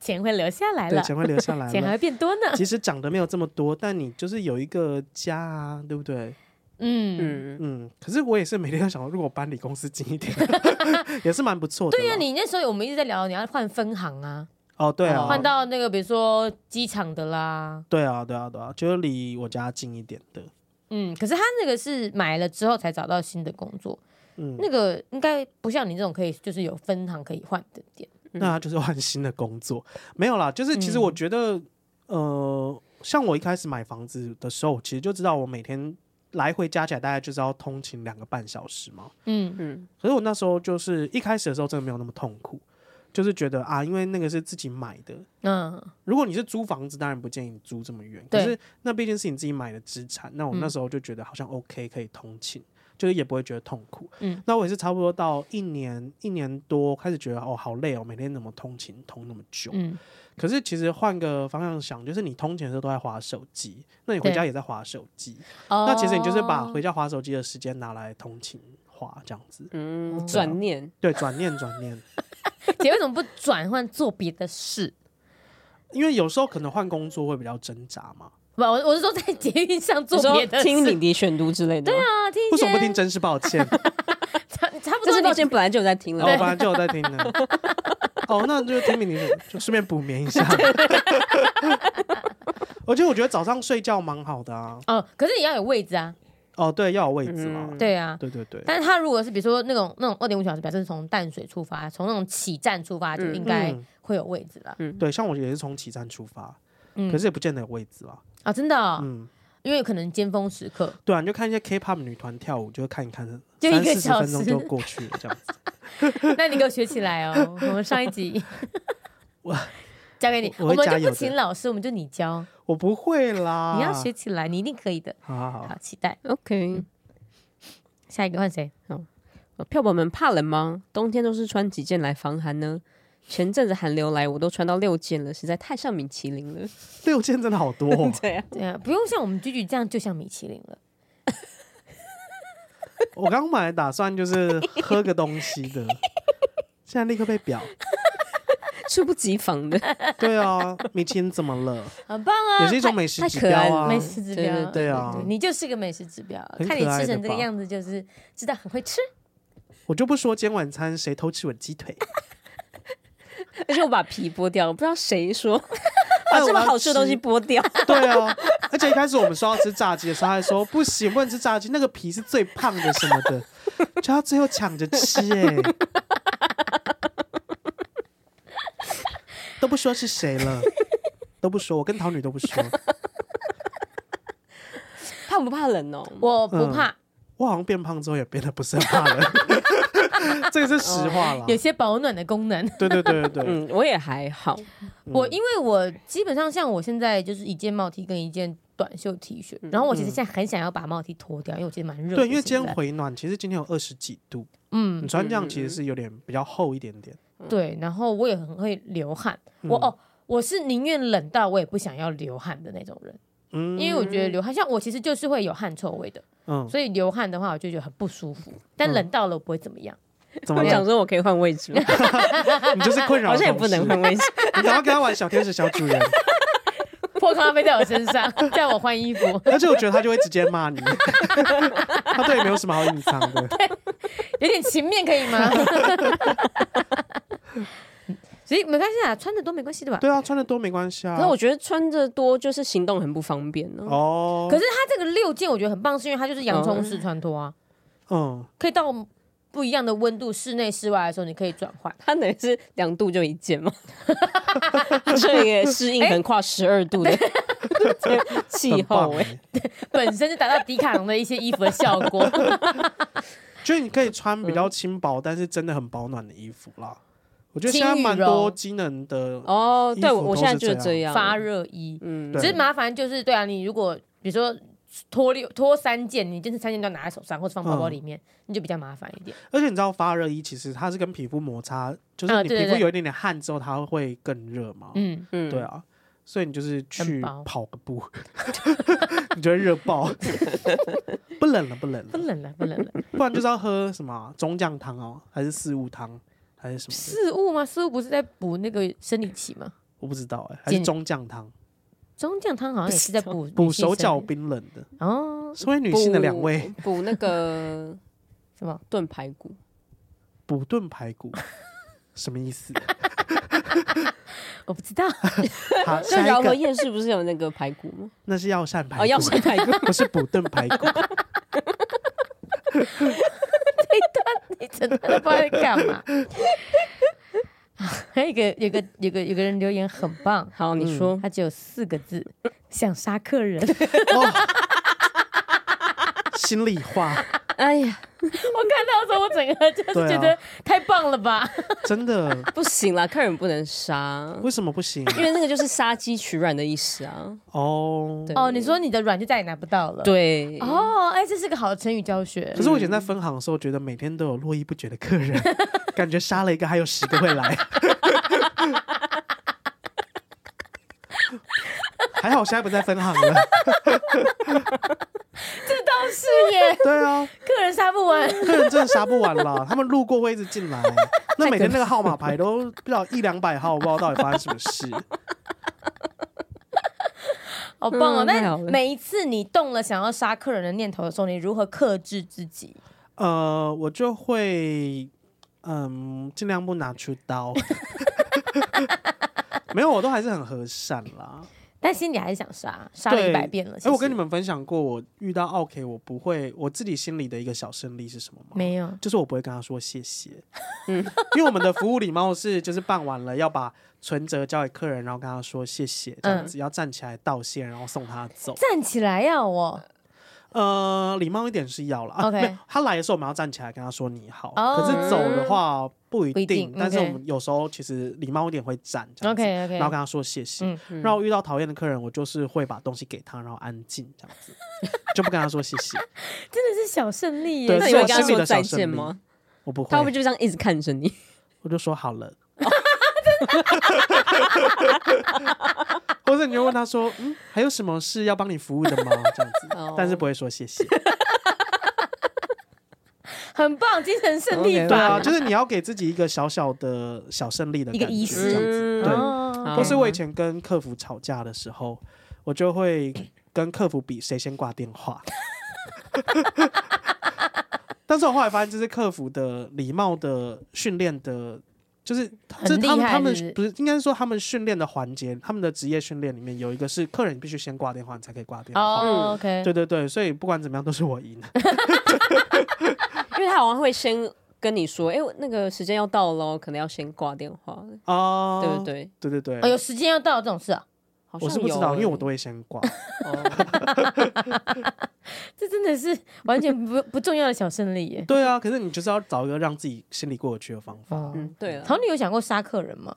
[SPEAKER 3] 钱会留下来
[SPEAKER 1] 对，
[SPEAKER 3] 了，
[SPEAKER 1] 钱会留下来
[SPEAKER 3] 钱还
[SPEAKER 1] 了。
[SPEAKER 3] 会变多呢。
[SPEAKER 1] 其实涨的没有这么多，但你就是有一个家啊，对不对？
[SPEAKER 3] 嗯，
[SPEAKER 2] 嗯，
[SPEAKER 1] 嗯，可是我也是每天都想，如果搬离公司近一点， 也是蛮不错的啦。
[SPEAKER 3] 对呀、你那时候我们一直在聊你要换分行啊，
[SPEAKER 1] 哦，对啊，
[SPEAKER 3] 换到那个比如说机场的啦，
[SPEAKER 1] 对啊，对啊，对啊，就是离我家近一点的。
[SPEAKER 3] 嗯，可是他那个是买了之后才找到新的工作，
[SPEAKER 1] 嗯，
[SPEAKER 3] 那个应该不像你这种可以就是有分行可以换的店。
[SPEAKER 1] 那他就是换新的工作， 没有啦。就是其实我觉得，呃，像我一开始买房子的时候，我其实就知道我每天来回加起来大概就是要通勤两个半小时嘛。
[SPEAKER 3] 嗯，
[SPEAKER 1] 可是我那时候就是一开始的时候真的没有那么痛苦，就是觉得啊，因为那个是自己买的，
[SPEAKER 3] 嗯，
[SPEAKER 1] 如果你是租房子，当然不建议你租这么远。可
[SPEAKER 3] 对嗯
[SPEAKER 1] 是那毕竟是你自己买的资产，那我那时候就觉得好像 OK，可以通勤，就是也不会觉得痛苦。
[SPEAKER 3] 嗯，
[SPEAKER 1] 那我也是差不多到一年一年多开始觉得哦好累哦，每天怎么通勤通那么久？
[SPEAKER 3] 嗯，
[SPEAKER 1] 可是其实换个方向想，就是你通勤的时候都在划手机，那你回
[SPEAKER 3] 对
[SPEAKER 1] 家也在划手机，
[SPEAKER 3] 哦
[SPEAKER 1] 那其实你就是把回家划手机的时间拿来通勤划这样子。
[SPEAKER 2] 嗯，转念
[SPEAKER 1] 对，转念转念，
[SPEAKER 3] 姐为什么不转换做别的事？
[SPEAKER 1] 因为有时候可能换工作会比较挣扎嘛。
[SPEAKER 3] 不，我我是说在捷运上做
[SPEAKER 2] 你说
[SPEAKER 3] 别的事。
[SPEAKER 2] 听你的选读之类的吗，对啊，
[SPEAKER 3] 啊，听一
[SPEAKER 1] 为什么不
[SPEAKER 3] 些
[SPEAKER 1] 听？真是抱歉。
[SPEAKER 3] 差差不
[SPEAKER 2] 这
[SPEAKER 3] 多
[SPEAKER 2] 是
[SPEAKER 3] 你
[SPEAKER 2] 抱歉，本来就有在听了
[SPEAKER 1] 哦，我。本来就有在听呢。哦，那就听明天就顺便补眠一下。 而且我觉得早上睡觉蛮好的啊。
[SPEAKER 3] 哦，可是也要有位置啊。
[SPEAKER 1] 哦，对，要有位置嘛。
[SPEAKER 3] 对啊，
[SPEAKER 1] 对对嗯对，
[SPEAKER 3] 但是他如果是比如说那种那种二点五小时，表示从淡水出发，从那种起站出发，就应该
[SPEAKER 1] 嗯
[SPEAKER 3] 会有位置了。
[SPEAKER 1] 对，像我也是从起站出发，
[SPEAKER 3] 嗯
[SPEAKER 1] 可是也不见得有位置啦。
[SPEAKER 3] 啊，真的哦、
[SPEAKER 1] 嗯，
[SPEAKER 3] 因为可能尖峰时刻，
[SPEAKER 1] 对啊，你就看一些 K-pop 女团跳舞，就看一看，
[SPEAKER 3] 就一
[SPEAKER 1] 三
[SPEAKER 3] 个
[SPEAKER 1] 四十
[SPEAKER 3] 小
[SPEAKER 1] 分
[SPEAKER 3] 时
[SPEAKER 1] 钟就过去了，这样子。
[SPEAKER 3] 那你给我学起来 哦。我们上一集
[SPEAKER 1] 我
[SPEAKER 3] 交给你，
[SPEAKER 1] 我
[SPEAKER 3] 我
[SPEAKER 1] 会
[SPEAKER 3] 们
[SPEAKER 1] 加
[SPEAKER 3] 就
[SPEAKER 1] 油
[SPEAKER 3] 不
[SPEAKER 1] 的
[SPEAKER 3] 请老师，我们就你教，
[SPEAKER 1] 我不会啦，
[SPEAKER 3] 你要学。起来，你一定可以的。
[SPEAKER 1] 好好好
[SPEAKER 3] 好，，期待
[SPEAKER 2] OK，
[SPEAKER 3] 下一个换谁？
[SPEAKER 2] 票友们怕冷吗？冬天都是穿几件来防寒呢？前阵子寒流来，我都穿到六件了，实在太像米其林了。。
[SPEAKER 1] 六件真的好多哦
[SPEAKER 2] 对啊，
[SPEAKER 3] 对啊，不用像我们菊菊这样，就像米其林了。
[SPEAKER 1] 我刚买来打算就是喝个东西的，现在立刻被表。
[SPEAKER 2] 猝不及防的，
[SPEAKER 1] 对啊，米其林怎么了？
[SPEAKER 3] 很棒啊！
[SPEAKER 1] 也是一种美食
[SPEAKER 2] 太
[SPEAKER 1] 指
[SPEAKER 2] 可爱
[SPEAKER 1] 标
[SPEAKER 2] 了
[SPEAKER 1] 啊
[SPEAKER 3] 美。食指标，
[SPEAKER 2] 对对
[SPEAKER 1] 对啊
[SPEAKER 3] 你就是个美食指标，
[SPEAKER 1] 很可
[SPEAKER 3] 看
[SPEAKER 1] 爱
[SPEAKER 3] 你
[SPEAKER 1] 的吧
[SPEAKER 3] 吃成这个样子，就是知道很会吃。
[SPEAKER 1] 我就不说今天晚餐谁偷吃我的鸡腿，
[SPEAKER 2] 而且我把皮剥掉，我不知道谁说
[SPEAKER 1] 哎
[SPEAKER 2] 把 这么
[SPEAKER 1] 我要
[SPEAKER 2] 好吃的东西
[SPEAKER 1] 哎吃
[SPEAKER 2] 剥掉。
[SPEAKER 1] 对啊，而且一开始我们说要吃炸鸡的时候，他还说不行，不能吃炸鸡，那个皮是最胖的什么的，就他最后抢着吃哎、都不说是谁了，都不说，我跟桃女都不说，
[SPEAKER 2] 怕不怕冷哦？
[SPEAKER 1] 嗯
[SPEAKER 3] 我不怕，
[SPEAKER 1] 我好像变胖之后也变得不是很怕冷， 这个是实话
[SPEAKER 2] 哦
[SPEAKER 1] 啦。
[SPEAKER 3] 有些保暖的功能。
[SPEAKER 1] 对对对对对，
[SPEAKER 2] 嗯，我也还好，
[SPEAKER 1] 嗯
[SPEAKER 3] 我因为我基本上像我现在就是一件帽 T 跟一件短袖 T 恤，然后我其实现在很想要把帽 T 脱掉，因为我觉得蛮
[SPEAKER 1] 嗯
[SPEAKER 3] 热的。
[SPEAKER 1] 对，因为今
[SPEAKER 3] 现
[SPEAKER 1] 天
[SPEAKER 3] 在
[SPEAKER 1] 回暖，其实今天有二十几度，你
[SPEAKER 3] 嗯
[SPEAKER 1] 穿这样其实是有点比较厚一点点。
[SPEAKER 3] 对，然后我也很会流汗，
[SPEAKER 1] 嗯
[SPEAKER 3] 我哦。我是宁愿冷到我也不想要流汗的那种人，
[SPEAKER 1] 嗯
[SPEAKER 3] 因为我觉得流汗，像我其实就是会有汗臭味的，
[SPEAKER 1] 嗯，
[SPEAKER 3] 所以流汗的话我就觉得很不舒服。但冷到了我不会怎么样，
[SPEAKER 1] 怎么
[SPEAKER 2] 我想
[SPEAKER 1] 了？
[SPEAKER 2] 说我可以换位 置吗，
[SPEAKER 1] 你就是困扰
[SPEAKER 2] 好
[SPEAKER 1] 的同事，
[SPEAKER 2] 像也不能换位置，
[SPEAKER 1] 你想要跟他玩小天使小主人，
[SPEAKER 3] 破咖啡在我身上， 叫我换衣服，
[SPEAKER 1] 而且我觉得他就会直接骂你， 他对你没有什么好隐藏的。
[SPEAKER 3] 有点情面可以 吗？所以没关系啊，穿的多没关系的吧？
[SPEAKER 1] 对啊，穿的多没关系啊。
[SPEAKER 2] 那我觉得穿着多就是行动很不方便呢、
[SPEAKER 1] 哦，
[SPEAKER 3] 可是它这个六件我觉得很棒，是因为它就是洋葱式穿脱啊，
[SPEAKER 1] 嗯，
[SPEAKER 3] 可以到不一样的温度，室内室外的时候你可以转换。
[SPEAKER 2] 它等于是两度就一件嘛， 这也适应可能跨十二度的 这个气
[SPEAKER 1] 很棒
[SPEAKER 2] 候哎、
[SPEAKER 1] 欸，
[SPEAKER 3] 本身就达到迪卡侬的一些衣服的效果。
[SPEAKER 1] 就是你可以穿比
[SPEAKER 3] 嗯
[SPEAKER 1] 较轻薄，但是真的很保暖的衣服啦。我觉得现在
[SPEAKER 3] 轻羽
[SPEAKER 1] 蛮
[SPEAKER 3] 绒
[SPEAKER 1] 多机能的，
[SPEAKER 2] 哦，
[SPEAKER 1] 衣
[SPEAKER 2] 对，
[SPEAKER 1] 服
[SPEAKER 2] 我我
[SPEAKER 1] 都
[SPEAKER 2] 现在
[SPEAKER 1] 是
[SPEAKER 2] 就是
[SPEAKER 1] 这
[SPEAKER 2] 这样，
[SPEAKER 3] 发热衣，
[SPEAKER 2] 嗯
[SPEAKER 1] 对
[SPEAKER 3] 只是麻烦就是对啊，你如果比如说脱六脱三件，你就是三件都要拿在手上或者放包包里面，你就比较麻烦一点。
[SPEAKER 1] 而且你知道发热衣其实它是跟皮肤摩擦，就是
[SPEAKER 3] 啊
[SPEAKER 1] 你
[SPEAKER 3] 对
[SPEAKER 1] 皮
[SPEAKER 3] 对
[SPEAKER 1] 肤
[SPEAKER 3] 对
[SPEAKER 1] 有一点点汗之后，它会更热嘛。
[SPEAKER 3] 嗯，
[SPEAKER 2] 嗯
[SPEAKER 1] 对啊，所以你就是去
[SPEAKER 3] 很薄
[SPEAKER 1] 跑个步， 你就会热 爆。不冷了，不冷
[SPEAKER 3] 不
[SPEAKER 1] 了，
[SPEAKER 3] 冷了，不 冷了。
[SPEAKER 1] 不然就是要喝什么啊中酱汤哦，还是四物汤，还是什么的？
[SPEAKER 3] 四物吗？四物不是在补那个生理期吗？
[SPEAKER 1] 我不知道哎、还是
[SPEAKER 3] 减
[SPEAKER 1] 中酱汤，
[SPEAKER 3] 中酱汤好像也是在补
[SPEAKER 1] 补
[SPEAKER 3] 女性
[SPEAKER 1] 手脚
[SPEAKER 3] 生理
[SPEAKER 1] 冰冷的。
[SPEAKER 3] 哦，
[SPEAKER 1] 身为女性的两位，
[SPEAKER 2] 补补那 个
[SPEAKER 3] 什么？
[SPEAKER 2] 炖排骨，
[SPEAKER 1] 补炖排骨，什么意 思？
[SPEAKER 3] 我不知道。
[SPEAKER 1] 好，
[SPEAKER 2] 就
[SPEAKER 1] 下
[SPEAKER 2] 饶
[SPEAKER 1] 一
[SPEAKER 2] 河
[SPEAKER 1] 个
[SPEAKER 2] 夜市不是有那个排骨吗？
[SPEAKER 1] 那是药膳排骨，
[SPEAKER 2] 哦，药膳排骨，
[SPEAKER 1] 不是补炖排骨。
[SPEAKER 3] 你真的不知道在干嘛。 还有一个，有个，有个，有个人留言很棒，
[SPEAKER 2] 好，你说，
[SPEAKER 3] 他只有四个字，想杀客人。
[SPEAKER 1] 哦，心里话，
[SPEAKER 2] 哎呀，
[SPEAKER 3] 我看到的时候，我整个就是
[SPEAKER 1] 对啊
[SPEAKER 3] 觉得太棒了吧？
[SPEAKER 1] 真的，
[SPEAKER 2] 不行啦，客人不能杀，
[SPEAKER 1] 为什么不行？啊
[SPEAKER 2] 因为那个就是杀鸡取卵的意思啊。
[SPEAKER 1] 哦，
[SPEAKER 2] 对
[SPEAKER 3] 哦，你说你的软就再也拿不到了。。
[SPEAKER 2] 对，
[SPEAKER 3] 哦，哎，这是个好的成语教学
[SPEAKER 1] 可。是我以前在分行的时候，觉得每天都有络绎不绝的客人，感觉杀了一个还有十个会来。还好我现在不在分行了。
[SPEAKER 3] 是耶，
[SPEAKER 1] 对啊，
[SPEAKER 3] 客人杀 不完。
[SPEAKER 1] 客人真的杀不完了，他们路过会一直进来，那每天那个号码牌都不知道一两百号，我不知道到底发生什么事。
[SPEAKER 3] 好棒哦！
[SPEAKER 2] 嗯太
[SPEAKER 3] 那
[SPEAKER 2] 好了
[SPEAKER 3] 每一次你动了想要杀客人的念头的时候，你如何克制自己？
[SPEAKER 1] 呃，我就会嗯，尽量不拿出刀。没有，我都还是很和善啦。
[SPEAKER 3] 但心里还是想杀，杀了
[SPEAKER 1] 对，
[SPEAKER 3] 一百遍了。
[SPEAKER 1] 哎，我跟你
[SPEAKER 3] 们
[SPEAKER 1] 们分享过，我遇到奥 K，我不会，我自己心里的一个小胜利是什么吗？
[SPEAKER 3] 没有，
[SPEAKER 1] 就是我不会跟他说谢 谢，嗯，因为我们的服务礼貌是，就是办完了要把存折交给客人，然后跟他说谢谢，这样
[SPEAKER 3] 嗯
[SPEAKER 1] 子、要站起来道谢，然后送他 走。
[SPEAKER 3] 站起来呀！我
[SPEAKER 1] 呃，礼貌一点是要了。啊
[SPEAKER 3] OK
[SPEAKER 1] 没有他来的时候我们要站起来跟他说你好，
[SPEAKER 3] 哦
[SPEAKER 1] 可是走的话不一
[SPEAKER 3] 不一
[SPEAKER 1] 定。
[SPEAKER 3] 定
[SPEAKER 1] 但是
[SPEAKER 3] OK
[SPEAKER 1] 我们有时候其实礼貌一点会站这样子
[SPEAKER 3] OK
[SPEAKER 1] 然后
[SPEAKER 3] OK，
[SPEAKER 1] 跟他说谢谢。
[SPEAKER 3] 嗯
[SPEAKER 1] 然后遇到讨厌的客人，我就是会把东西给他，然后安静这样子， 就不跟他说谢谢。
[SPEAKER 3] 真的是小胜利耶
[SPEAKER 1] 对。
[SPEAKER 2] 那
[SPEAKER 1] 是
[SPEAKER 2] 你会
[SPEAKER 1] 我
[SPEAKER 2] 跟他
[SPEAKER 1] 心里
[SPEAKER 2] 说
[SPEAKER 1] 的小
[SPEAKER 2] 再
[SPEAKER 1] 胜
[SPEAKER 2] 见
[SPEAKER 1] 利
[SPEAKER 2] 吗？
[SPEAKER 1] 我不会，
[SPEAKER 2] 他会不会就这样一直看着 你？
[SPEAKER 1] 我就说好了。 或者你就问他说：“嗯，还有什么事要帮你服务的吗？”这样子
[SPEAKER 2] 哦，
[SPEAKER 1] 但是不会说谢谢。
[SPEAKER 3] 很棒，精神胜利
[SPEAKER 2] OK，
[SPEAKER 1] 对啊，
[SPEAKER 3] 法，
[SPEAKER 1] 就是你要给自己一个小小的小胜利的
[SPEAKER 3] 一个
[SPEAKER 1] 感
[SPEAKER 3] 仪
[SPEAKER 1] 觉
[SPEAKER 3] 式
[SPEAKER 1] 这样子。对，
[SPEAKER 3] 哦
[SPEAKER 1] 或
[SPEAKER 2] 不
[SPEAKER 1] 是我以前跟客服吵架的时候，我就 会跟客服比谁先挂电话。 但是我后来发现，这是客服的礼貌的训练的，就是这是
[SPEAKER 3] 很厉
[SPEAKER 1] 他们
[SPEAKER 3] 害
[SPEAKER 1] 他
[SPEAKER 3] 是不
[SPEAKER 1] 们
[SPEAKER 3] 是
[SPEAKER 1] 不是应该是说他们训练的环节，他们的职业训练里面有一个是客人必须先挂电话，你才可以挂电话。
[SPEAKER 3] 哦 OK，
[SPEAKER 1] 对对对，所以不管怎么样都是我 赢。
[SPEAKER 2] 因为他好像会先跟你说，哎、我那个时间要到喽，可能要先挂电话，
[SPEAKER 1] 哦，
[SPEAKER 2] 对不对？
[SPEAKER 1] 对对对
[SPEAKER 3] 哦，有时间要到这种事啊。
[SPEAKER 2] 好像欸哦
[SPEAKER 1] 我是不知道，因
[SPEAKER 2] 有
[SPEAKER 1] 为我都会先挂。
[SPEAKER 2] 哦
[SPEAKER 3] 这真的是完全不 不重要的小胜利耶。
[SPEAKER 1] 对啊，可是你就是要找一个让自己心里过得去的方法。
[SPEAKER 3] 哦，
[SPEAKER 2] 嗯，对了，
[SPEAKER 3] 桃女有想过杀客人吗？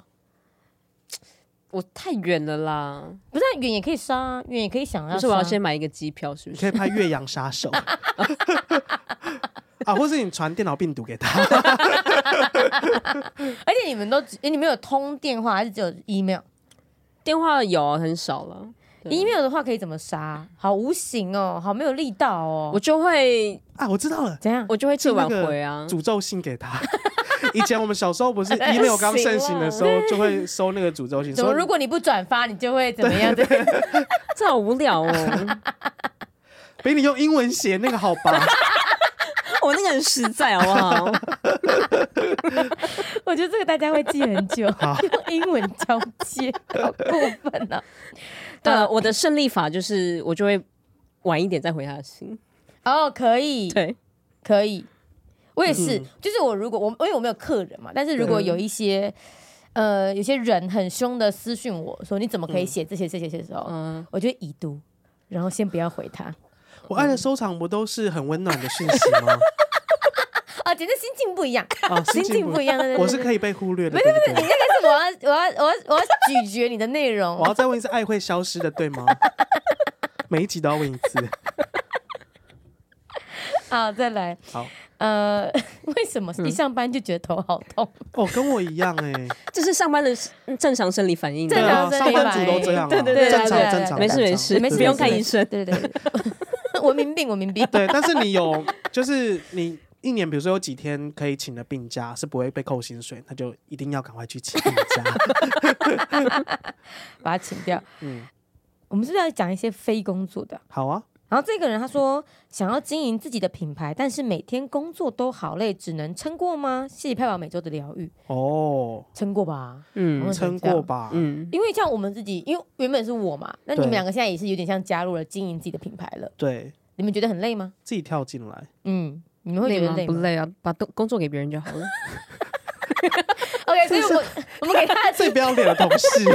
[SPEAKER 2] 我太远了啦，
[SPEAKER 3] 不是啊，远也可以杀啊，远也可以想要
[SPEAKER 2] 不
[SPEAKER 3] 杀。
[SPEAKER 2] 是我要先买一个机票，是不
[SPEAKER 1] 你
[SPEAKER 2] 是？
[SPEAKER 1] 可以拍岳阳杀手 啊，或是你传电脑病毒给他。
[SPEAKER 3] 而且你们都只哎诶你们有通电话还是只有 email？
[SPEAKER 2] 电话有啊很少了，对
[SPEAKER 3] email 的话可以怎么杀？好无形哦，好没有力道哦。
[SPEAKER 2] 我就会
[SPEAKER 1] 啊，我知道了，
[SPEAKER 3] 怎样？
[SPEAKER 2] 我就会
[SPEAKER 1] 寄
[SPEAKER 2] 这
[SPEAKER 1] 那
[SPEAKER 2] 挽
[SPEAKER 1] 个
[SPEAKER 2] 回啊。
[SPEAKER 1] 诅咒信给他。以前我们小时候不 是 email 刚盛行的时候，就会收那个诅咒信，
[SPEAKER 3] 怎么？
[SPEAKER 1] 说
[SPEAKER 3] 如果你不转发，你就会怎么样？对，
[SPEAKER 2] 这好无 聊哦，
[SPEAKER 1] 比你用英文写那个好吧？
[SPEAKER 2] 我那个很实在，好不好？
[SPEAKER 3] 我觉得这个大家会记很久，用英文交接，好过分啊！
[SPEAKER 2] 对了，我的胜利法就是我就会晚一点再回他的信。
[SPEAKER 3] 哦，可以，
[SPEAKER 2] 对，
[SPEAKER 3] 可以，我也是，
[SPEAKER 1] 嗯
[SPEAKER 3] 就是我如果我因为我没有客人嘛，但是如果
[SPEAKER 2] 对
[SPEAKER 3] 有一些呃有些人很凶的私讯我说你怎么可以写这些这些这些的哦时候，
[SPEAKER 2] 嗯，
[SPEAKER 3] 我就会已读，然后先不要回他。
[SPEAKER 1] 我爱的收藏不都是很温暖的讯息吗？
[SPEAKER 3] 啊，简直心境不一样，
[SPEAKER 1] 啊，
[SPEAKER 3] 心境不一样。对对对
[SPEAKER 1] 我是可以被忽略的，对不对？
[SPEAKER 3] 但是我要我要我要我要咀嚼你的内容
[SPEAKER 1] 我，要再问一次，爱会消失的，对吗？ 每一集都要问一次。
[SPEAKER 3] 啊，再来，
[SPEAKER 1] 好，
[SPEAKER 3] 呃， 为什
[SPEAKER 2] 嗯
[SPEAKER 3] 么一上班就觉得头好痛？
[SPEAKER 1] 哦，跟我一样哎，
[SPEAKER 2] 这是上班的正常生理反应啊。
[SPEAKER 3] 正
[SPEAKER 1] 对啊，
[SPEAKER 3] 常生
[SPEAKER 1] 上
[SPEAKER 3] 理
[SPEAKER 1] 班
[SPEAKER 3] 反
[SPEAKER 1] 族
[SPEAKER 3] 应
[SPEAKER 1] 都这样啊，
[SPEAKER 2] 对对对
[SPEAKER 1] 正
[SPEAKER 2] 对
[SPEAKER 1] 常
[SPEAKER 2] 对
[SPEAKER 1] 正常，
[SPEAKER 2] 没事
[SPEAKER 1] 正常
[SPEAKER 2] 没事
[SPEAKER 3] 没事，
[SPEAKER 2] 不用看
[SPEAKER 1] 对
[SPEAKER 2] 医生
[SPEAKER 3] 对对 对，文明病，文明病。
[SPEAKER 1] 对，但是你有，就是你一年，比如说有几天可以请的病假是不会被扣薪水，那就一定要赶快去请病假。
[SPEAKER 3] 把它请掉。
[SPEAKER 1] 嗯
[SPEAKER 3] 我们是不是要讲一些非工作的？
[SPEAKER 1] 好啊，
[SPEAKER 3] 然后这个人他说想要经营自己的品牌，但是每天工作都好累，只能撑过吗？谢谢派宝每周的疗愈，
[SPEAKER 1] 哦，
[SPEAKER 3] 撑过吧。
[SPEAKER 2] 嗯
[SPEAKER 3] 嗯
[SPEAKER 1] 撑过吧。
[SPEAKER 2] 嗯，
[SPEAKER 3] 因为像我们自己，因为原本是我嘛，那你们
[SPEAKER 1] 对
[SPEAKER 3] 两个现在也是有点像加入了经营自己的品牌了，
[SPEAKER 1] 对
[SPEAKER 3] 你们觉得很累吗？
[SPEAKER 1] 自己跳进来，
[SPEAKER 3] 嗯，你们会觉得
[SPEAKER 2] 吗？
[SPEAKER 3] 累
[SPEAKER 2] 不
[SPEAKER 3] 吗
[SPEAKER 2] 累啊，把工工作给别人就好了。
[SPEAKER 3] ？OK，所以我们我们给他
[SPEAKER 1] 最不要脸的同事，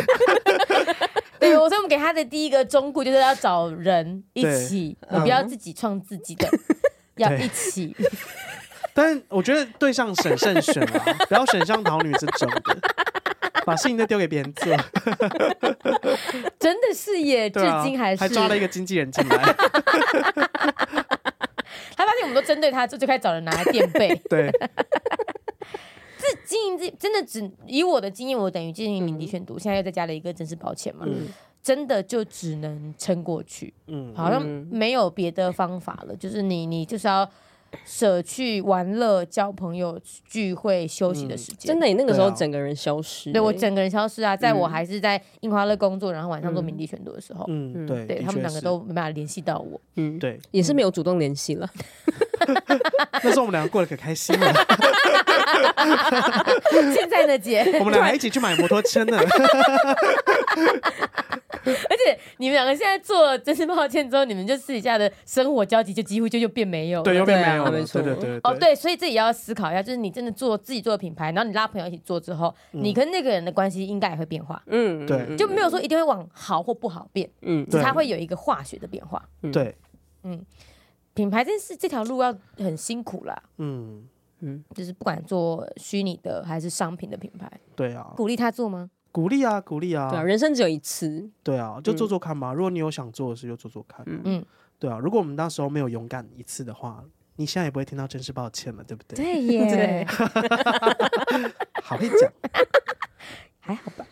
[SPEAKER 3] 对，我所以我们给他的第一个忠告就是要找人一
[SPEAKER 1] 对
[SPEAKER 3] 起，
[SPEAKER 1] 嗯
[SPEAKER 3] 我不要自己创自己 的，要一起。
[SPEAKER 1] 但我觉得对象审慎选啊，不要选像桃女这种的，把事情都丢给别人 做。
[SPEAKER 3] 真的是耶，至
[SPEAKER 1] 对啊，
[SPEAKER 3] 今还是
[SPEAKER 1] 抓了一个经纪人进来，
[SPEAKER 3] 他发现我们都针对他，就就开始找人拿来垫 背。
[SPEAKER 1] 对，
[SPEAKER 3] 这经营自真的只以我的经验，我等于经营领地选读，现在又再加了一个真实保险嘛，
[SPEAKER 1] 嗯
[SPEAKER 3] 真的就只能撑过去，
[SPEAKER 1] 嗯，
[SPEAKER 3] 好像没有别的方法了。就是你，你就是要舍去玩乐、交朋友、聚会、休息
[SPEAKER 1] 嗯
[SPEAKER 3] 的时间。
[SPEAKER 2] 真的，，你那个时候
[SPEAKER 1] 对啊
[SPEAKER 2] 整个人消失欸。
[SPEAKER 3] 对我整个人消失啊！在我还是在樱花乐工作，然后晚上做名利选读的时候，
[SPEAKER 1] 嗯，对，
[SPEAKER 3] 对
[SPEAKER 1] 的
[SPEAKER 3] 他们
[SPEAKER 1] 确
[SPEAKER 3] 两个
[SPEAKER 1] 是
[SPEAKER 3] 都没办法联系到我。
[SPEAKER 2] 嗯，
[SPEAKER 1] 对，
[SPEAKER 2] 也是没有主动联系了。
[SPEAKER 1] 那时候我们两个过得可开心了，
[SPEAKER 3] 现在呢，姐，
[SPEAKER 1] 我们俩还一起去买摩托车 呢。
[SPEAKER 3] 而且你们两个现在做了真是抱歉之后，你们就私底下的生活交集就几乎就就变没有了。
[SPEAKER 1] 对，又变
[SPEAKER 2] 对啊
[SPEAKER 1] 没有了，
[SPEAKER 2] 没
[SPEAKER 1] 对
[SPEAKER 2] 错
[SPEAKER 1] 对对。
[SPEAKER 3] 哦，对，所以这也要思考一下，就是你真的做自己做的品牌，然后你拉朋友一起做之后，
[SPEAKER 1] 嗯
[SPEAKER 3] 你跟那个人的关系应该也会变化，
[SPEAKER 2] 嗯，
[SPEAKER 1] 对
[SPEAKER 2] 嗯
[SPEAKER 3] 就没有说一定会往好或不好变，
[SPEAKER 2] 嗯，
[SPEAKER 3] 只
[SPEAKER 1] 对
[SPEAKER 3] 是它会有一个化学的变化。
[SPEAKER 1] 对，
[SPEAKER 3] 品牌真是这条路要很辛苦啦，
[SPEAKER 1] 嗯，
[SPEAKER 3] 就是不管做虚拟的还是商品的品牌，
[SPEAKER 1] 对啊，
[SPEAKER 3] 鼓励他做吗？
[SPEAKER 1] 鼓励啊，鼓励
[SPEAKER 2] 对啊，嗯
[SPEAKER 1] 啊，
[SPEAKER 2] 人生只有一次。
[SPEAKER 1] 对啊，就做做看吧。如果你有想做的事，就做做看。
[SPEAKER 3] 嗯
[SPEAKER 1] 嗯，对啊，如果我们那时候没有勇敢一次的话，你现在也不会听到真是抱歉了，对不 对？
[SPEAKER 3] 对
[SPEAKER 2] 对
[SPEAKER 3] 耶，
[SPEAKER 1] 好会讲。
[SPEAKER 3] 还好 吧。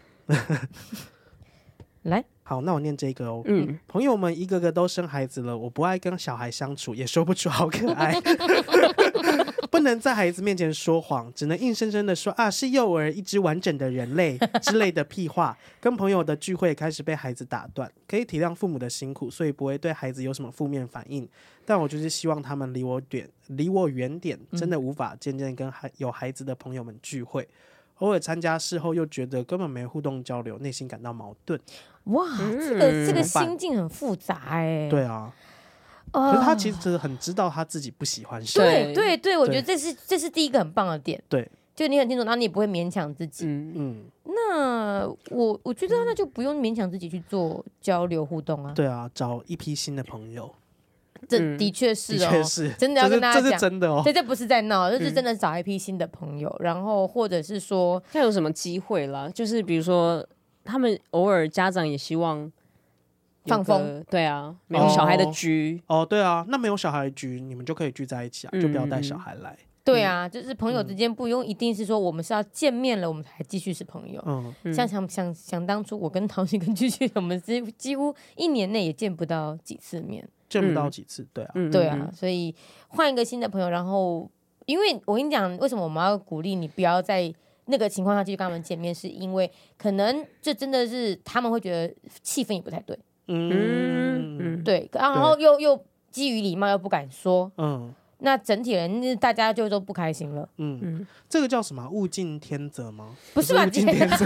[SPEAKER 3] 来，
[SPEAKER 1] 好，那我念这个哦。
[SPEAKER 2] 嗯，
[SPEAKER 1] 朋友们一个个都生孩子了，我不爱跟小孩相处，也说不出好可爱。 不能在孩子面前说谎，只能硬生生的说啊是幼儿，一只完整的人类之类的屁话。跟朋友的聚会开始被孩子打断，可以体谅父母的辛苦，所以不会对孩子有什么负面反应。但我就是希望他们离我远，离我远点，真的无法渐渐跟孩有孩子的朋友们聚会。偶尔参加事后又觉得根本没互动交流，内心感到矛盾。
[SPEAKER 3] 哇，这个这个
[SPEAKER 1] 怎么办
[SPEAKER 3] 心境很复杂哎。
[SPEAKER 1] 对啊，可
[SPEAKER 3] 哦，
[SPEAKER 1] 是他其实很知道他自己不喜欢谁。
[SPEAKER 3] 对
[SPEAKER 2] 对
[SPEAKER 3] 对对，我
[SPEAKER 1] 对
[SPEAKER 3] 觉得这是这是第一个很棒的点。
[SPEAKER 1] 对，
[SPEAKER 3] 就你很清楚，然后你也不会勉强自己。
[SPEAKER 2] 嗯，
[SPEAKER 1] 嗯，
[SPEAKER 3] 那我我觉得
[SPEAKER 1] 嗯
[SPEAKER 3] 那就不用勉强自己去做交流互动啊。
[SPEAKER 1] 对啊，找一批新的朋友。
[SPEAKER 3] 这
[SPEAKER 2] 嗯
[SPEAKER 3] 的确是
[SPEAKER 1] 的
[SPEAKER 3] 哦，
[SPEAKER 1] 确是，
[SPEAKER 3] 真的要
[SPEAKER 1] 这是
[SPEAKER 3] 跟大家
[SPEAKER 1] 这是
[SPEAKER 3] 讲
[SPEAKER 1] 真的哦
[SPEAKER 3] 所。以这不是在闹，这是
[SPEAKER 1] 嗯
[SPEAKER 3] 真的找一批新的朋友，然后或者是说，
[SPEAKER 2] 看有什么机会啦，就是比如说他们偶尔家长也希望有
[SPEAKER 3] 放
[SPEAKER 2] 个
[SPEAKER 3] 风，
[SPEAKER 2] 对啊，没有小孩的局，
[SPEAKER 1] 哦，对啊，那没有小孩的局，你们就可以聚在一起啊，就不要带小
[SPEAKER 2] 嗯嗯嗯
[SPEAKER 1] 孩来。
[SPEAKER 3] 对
[SPEAKER 2] 嗯
[SPEAKER 3] 啊，就是朋友之间不用一定是说我们是要见面了，我们才继续是朋友。
[SPEAKER 1] 嗯，
[SPEAKER 2] 嗯
[SPEAKER 3] 像想想想当初，我跟陶鑫跟居居，我们几乎几乎一年内也见不到几次面。
[SPEAKER 1] 见不到
[SPEAKER 2] 嗯
[SPEAKER 1] 几次，对啊，
[SPEAKER 2] 嗯
[SPEAKER 3] 对啊，，所以换一个新的朋友，然后因为我跟你讲，为什么我们要鼓励你不要在那个情况下继续跟他们见面，是因为可能这真的是他们会觉得气氛也不太对，
[SPEAKER 2] 嗯
[SPEAKER 1] 嗯
[SPEAKER 2] 嗯，
[SPEAKER 3] 对，然后又又基于礼貌又不敢说，
[SPEAKER 1] 嗯
[SPEAKER 3] 那整体人就是大家就都不开心了，
[SPEAKER 1] 嗯，
[SPEAKER 2] 嗯
[SPEAKER 1] 这个叫什么啊？物竞天择吗？
[SPEAKER 3] 不是吧
[SPEAKER 1] 物竞天择，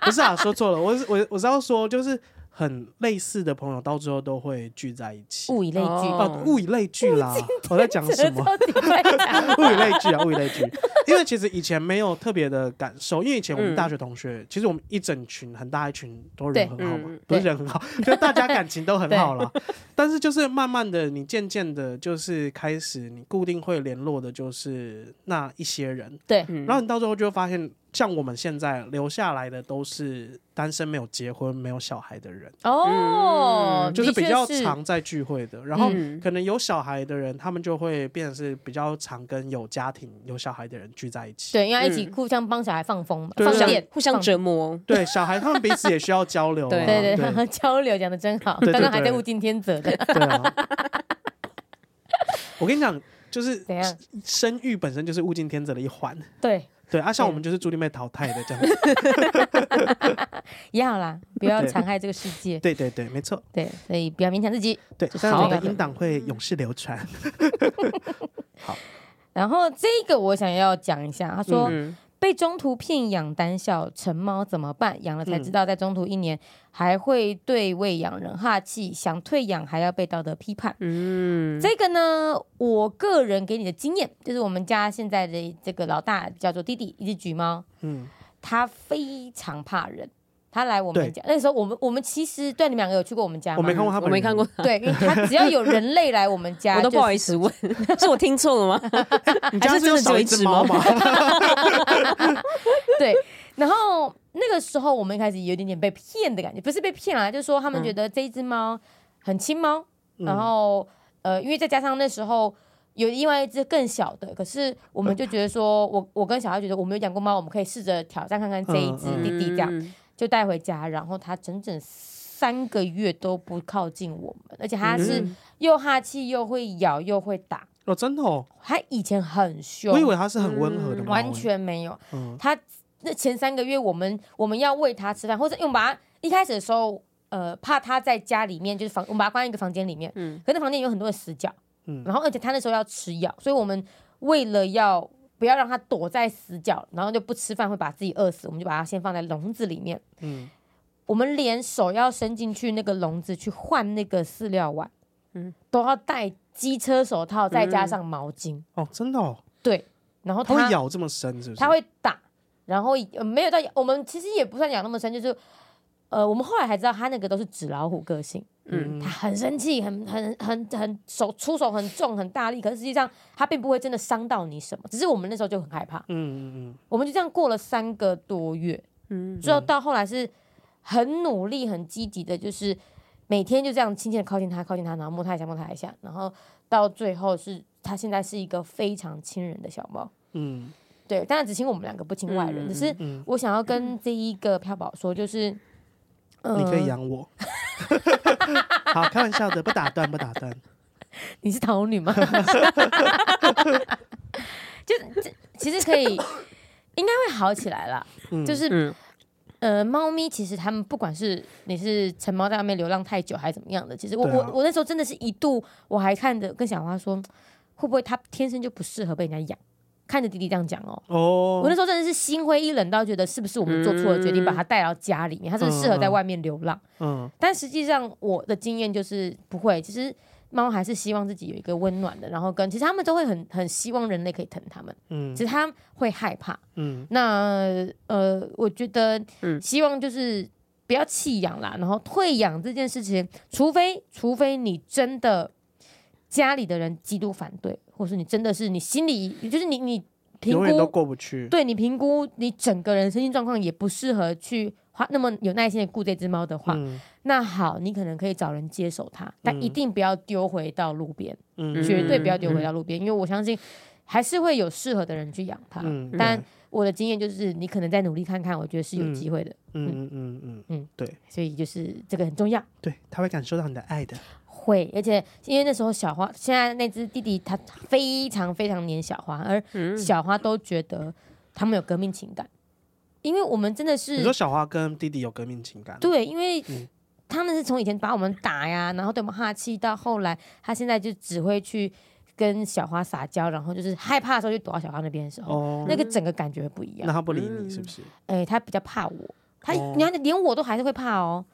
[SPEAKER 1] 不是啊，说错了，我是我我是要说，就是很类似的朋友，到最后都会聚在一起。
[SPEAKER 3] 物以类聚。
[SPEAKER 1] 哦，
[SPEAKER 2] 哦
[SPEAKER 1] 物以类聚啦！我在 讲哦什么？
[SPEAKER 3] 到底在讲
[SPEAKER 1] 物以类聚啊，物以类聚。因为其实以前没有特别的感受，因为以前我们大学同学，其实我们一整群很大一群都人很好嘛，
[SPEAKER 2] 嗯
[SPEAKER 1] 不
[SPEAKER 3] 对
[SPEAKER 1] 是人很好，就大家感情都很好啦。但是就是慢慢的，你渐渐的，就是开始你固定会联络的，就是那一些人，
[SPEAKER 3] 对，
[SPEAKER 2] 嗯
[SPEAKER 1] 然后你到最后就会发现，像我们现在留下来的都是单身、没有结婚、没有小孩的人，
[SPEAKER 3] 哦，
[SPEAKER 1] 嗯就是比较
[SPEAKER 3] 的确是
[SPEAKER 1] 常在聚会的。然后
[SPEAKER 2] 嗯
[SPEAKER 1] 可能有小孩的人，他们就会变成是比较常跟有家庭、有小孩的人聚在一起。
[SPEAKER 3] 对，因为一起互相帮小孩放风嘛，
[SPEAKER 1] 嗯对
[SPEAKER 2] 互
[SPEAKER 3] 放
[SPEAKER 2] 相
[SPEAKER 3] 电，
[SPEAKER 2] 互相
[SPEAKER 3] 放
[SPEAKER 2] 折磨，
[SPEAKER 1] 对，小孩他们彼此也需要交流啊。
[SPEAKER 2] 对
[SPEAKER 3] 对
[SPEAKER 1] 对
[SPEAKER 3] 对对， 交流讲的真好，
[SPEAKER 1] 对对
[SPEAKER 3] 刚刚还
[SPEAKER 1] 对
[SPEAKER 3] 在物竞天择的，
[SPEAKER 1] 对啊！我跟你讲，就是
[SPEAKER 3] 怎样？
[SPEAKER 1] 生育本身就是物竞天择的一环。
[SPEAKER 3] 对，
[SPEAKER 1] 对啊，像
[SPEAKER 3] 对
[SPEAKER 1] 我们就是注定被淘汰的这样子。
[SPEAKER 3] 要啦，不要
[SPEAKER 1] 对
[SPEAKER 3] 残害这个世界，
[SPEAKER 1] 对对对，没错。
[SPEAKER 3] 对，所以不要勉强自己。
[SPEAKER 1] 对，
[SPEAKER 3] 就是
[SPEAKER 1] 但是我
[SPEAKER 3] 这
[SPEAKER 1] 们
[SPEAKER 3] 个
[SPEAKER 1] 英党会永世流传。
[SPEAKER 3] 然后这个我想要讲一下，他说、
[SPEAKER 2] 嗯
[SPEAKER 3] 被中途骗养胆小成猫怎么办？养了才
[SPEAKER 2] 嗯
[SPEAKER 3] 知道，在中途一年还会对喂养人哈气，想退养还要被道德批判。
[SPEAKER 2] 嗯，
[SPEAKER 3] 这个呢，我个人给你的经验就是，我们家现在的这个老大叫做弟弟，一只橘猫，
[SPEAKER 1] 嗯，
[SPEAKER 3] 他非常怕人。他来我
[SPEAKER 1] 对
[SPEAKER 3] 们家那时候，我们我们其实对你们两个有去过我们家吗？
[SPEAKER 1] 我没看过他
[SPEAKER 2] 我
[SPEAKER 1] 本人，
[SPEAKER 2] 没看过，
[SPEAKER 3] 对，因为他只要有人类来我们家，
[SPEAKER 2] 我都不好
[SPEAKER 3] 就是
[SPEAKER 2] 意思问，是我听错 了吗？
[SPEAKER 1] 你
[SPEAKER 2] 还
[SPEAKER 1] 家
[SPEAKER 2] 是
[SPEAKER 1] 是有
[SPEAKER 2] 真的只
[SPEAKER 1] 少
[SPEAKER 2] 有
[SPEAKER 1] 一
[SPEAKER 2] 一
[SPEAKER 1] 只
[SPEAKER 2] 只
[SPEAKER 1] 猫
[SPEAKER 2] 猫
[SPEAKER 1] 吗？
[SPEAKER 3] 对，然后那个时候我们一开始有一点点被骗的感觉，不是被骗啊，就是说他
[SPEAKER 1] 嗯
[SPEAKER 3] 们觉得这一只猫很亲猫，然后呃，因为再加上那时候有另外一只更小的，可是我们就觉得说，我我跟小孩觉得我没有养过猫，我们可以试着挑战看看这一只
[SPEAKER 1] 嗯
[SPEAKER 3] 弟弟这样，
[SPEAKER 2] 嗯，
[SPEAKER 3] 就带回家，然后它整整三个月都不靠近我们，而且它是
[SPEAKER 2] 嗯
[SPEAKER 3] 又哈气又会咬又会打，
[SPEAKER 1] 哦，真的哦，
[SPEAKER 3] 它以前很凶，
[SPEAKER 1] 我以为它是很温和的
[SPEAKER 2] 嗯
[SPEAKER 1] 猫，
[SPEAKER 3] 完全没有。
[SPEAKER 1] 嗯
[SPEAKER 3] 他那前三个月，我们我们要喂他吃饭，或者因为我们把他一开始的时候，呃，怕他在家里面就是房，我们把他关在一个房间里面，
[SPEAKER 2] 嗯
[SPEAKER 3] 可那房间有很多的死角，
[SPEAKER 1] 嗯
[SPEAKER 3] 然后而且他那时候要吃药，所以我们为了要不要让他躲在死角，然后就不吃饭会把自己饿死，我们就把它先放在笼子里面，
[SPEAKER 1] 嗯，
[SPEAKER 3] 我们连手要伸进去那个笼子去换那个饲料碗，
[SPEAKER 2] 嗯
[SPEAKER 3] 都要戴机车手套，再加
[SPEAKER 2] 嗯
[SPEAKER 3] 上毛巾，
[SPEAKER 1] 哦，真的哦，
[SPEAKER 3] 对，然后
[SPEAKER 1] 它
[SPEAKER 3] 他
[SPEAKER 1] 会咬这么深是不是？
[SPEAKER 3] 他会打，然后、呃没有到我们其实也不算养那么深，就是呃，我们后来才知道他那个都是纸老虎个性，
[SPEAKER 2] 嗯
[SPEAKER 3] 他很生气，很很很很手出手很重很大力，可是实际上他并不会真的伤到你什么，只是我们那时候就很害怕，
[SPEAKER 1] 嗯嗯
[SPEAKER 3] 我们就这样过了三个多月，
[SPEAKER 2] 嗯
[SPEAKER 3] 之后到后来是很努力很积极的，就是每天就这样轻轻的靠近他，靠近他，然后摸他一下摸他一下，然后到最后是他现在是一个非常亲人的小猫。
[SPEAKER 1] 嗯
[SPEAKER 3] 对，当然只亲我们两个，不亲外人。
[SPEAKER 2] 嗯
[SPEAKER 3] 只是
[SPEAKER 1] 嗯嗯，
[SPEAKER 3] 我想要跟这一个票宝说，就是，呃
[SPEAKER 1] 你可以，啊养我。 好，开玩笑的，不打断，不打断。
[SPEAKER 3] 你是桃女吗？ 就这其实可以，应该会好起来啦。
[SPEAKER 1] 嗯，
[SPEAKER 3] 就是
[SPEAKER 2] 嗯
[SPEAKER 3] 呃，猫咪其实它们不管是你是成猫在外面流浪太久还是怎么样的，其实我、
[SPEAKER 1] 对啊
[SPEAKER 3] 我我那时候真的是一度我还看着跟小花说，会不会它天生就不适合被人家养？看着弟弟这样讲哦，
[SPEAKER 1] 哦，
[SPEAKER 3] 我那时候真的是心灰意冷到觉得是不是我们做错了决
[SPEAKER 2] 嗯
[SPEAKER 3] 定，把它带到家里面，它真的适合在外面流浪。
[SPEAKER 1] 嗯
[SPEAKER 3] 但实际上我的经验就是不会，其实猫还是希望自己有一个温暖的，然后跟其实它们都会很很希望人类可以疼它们，
[SPEAKER 1] 嗯
[SPEAKER 3] 只是它会害怕。
[SPEAKER 1] 嗯
[SPEAKER 3] 那呃，我觉得
[SPEAKER 2] 嗯
[SPEAKER 3] 希望就是不要弃养啦，然后退养这件事情，除非除非你真的家里的人极度反对，或是你真的是你心里就是你你评
[SPEAKER 1] 永远都
[SPEAKER 3] 估，
[SPEAKER 1] 过不去。
[SPEAKER 3] 对你评估你整个人身心状况也不适合去花那么有耐心的顾这只猫的话，
[SPEAKER 1] 嗯
[SPEAKER 3] 那好，你可能可以找人接手它，但一
[SPEAKER 1] 嗯
[SPEAKER 3] 定不要丢回到路边，
[SPEAKER 1] 嗯
[SPEAKER 3] 绝对不要
[SPEAKER 2] 嗯
[SPEAKER 3] 丢回到路边，因为我相信还是会有适合的人去养它。
[SPEAKER 1] 嗯，对
[SPEAKER 3] 但我的经验就是，你可能再努力看看，我觉得是有机会的，
[SPEAKER 1] 嗯嗯嗯嗯嗯
[SPEAKER 3] 嗯，
[SPEAKER 1] 对
[SPEAKER 3] 所以就是这个很重要。
[SPEAKER 1] 对，他会感受到你的爱的。
[SPEAKER 3] 会，而且因为那时候小花，现在那只弟弟他非常非常黏小花，而
[SPEAKER 1] 嗯
[SPEAKER 3] 小花都觉得他们有革命情感，因为我们真的
[SPEAKER 1] 你说
[SPEAKER 3] 是
[SPEAKER 1] 小花跟弟弟有革命情感，
[SPEAKER 3] 对，因为
[SPEAKER 1] 嗯
[SPEAKER 3] 他们是从以前把我们打呀，然后对我们哈气，到后来他现在就只会去跟小花撒娇，然后就是害怕的时候就躲到小花那边的时候，
[SPEAKER 1] 哦，
[SPEAKER 3] 那个整个感觉不一样
[SPEAKER 1] 那。他不理你是不是？
[SPEAKER 3] 哎、他比较怕我，他、
[SPEAKER 1] 哦
[SPEAKER 3] 你看连我都还是会怕哦，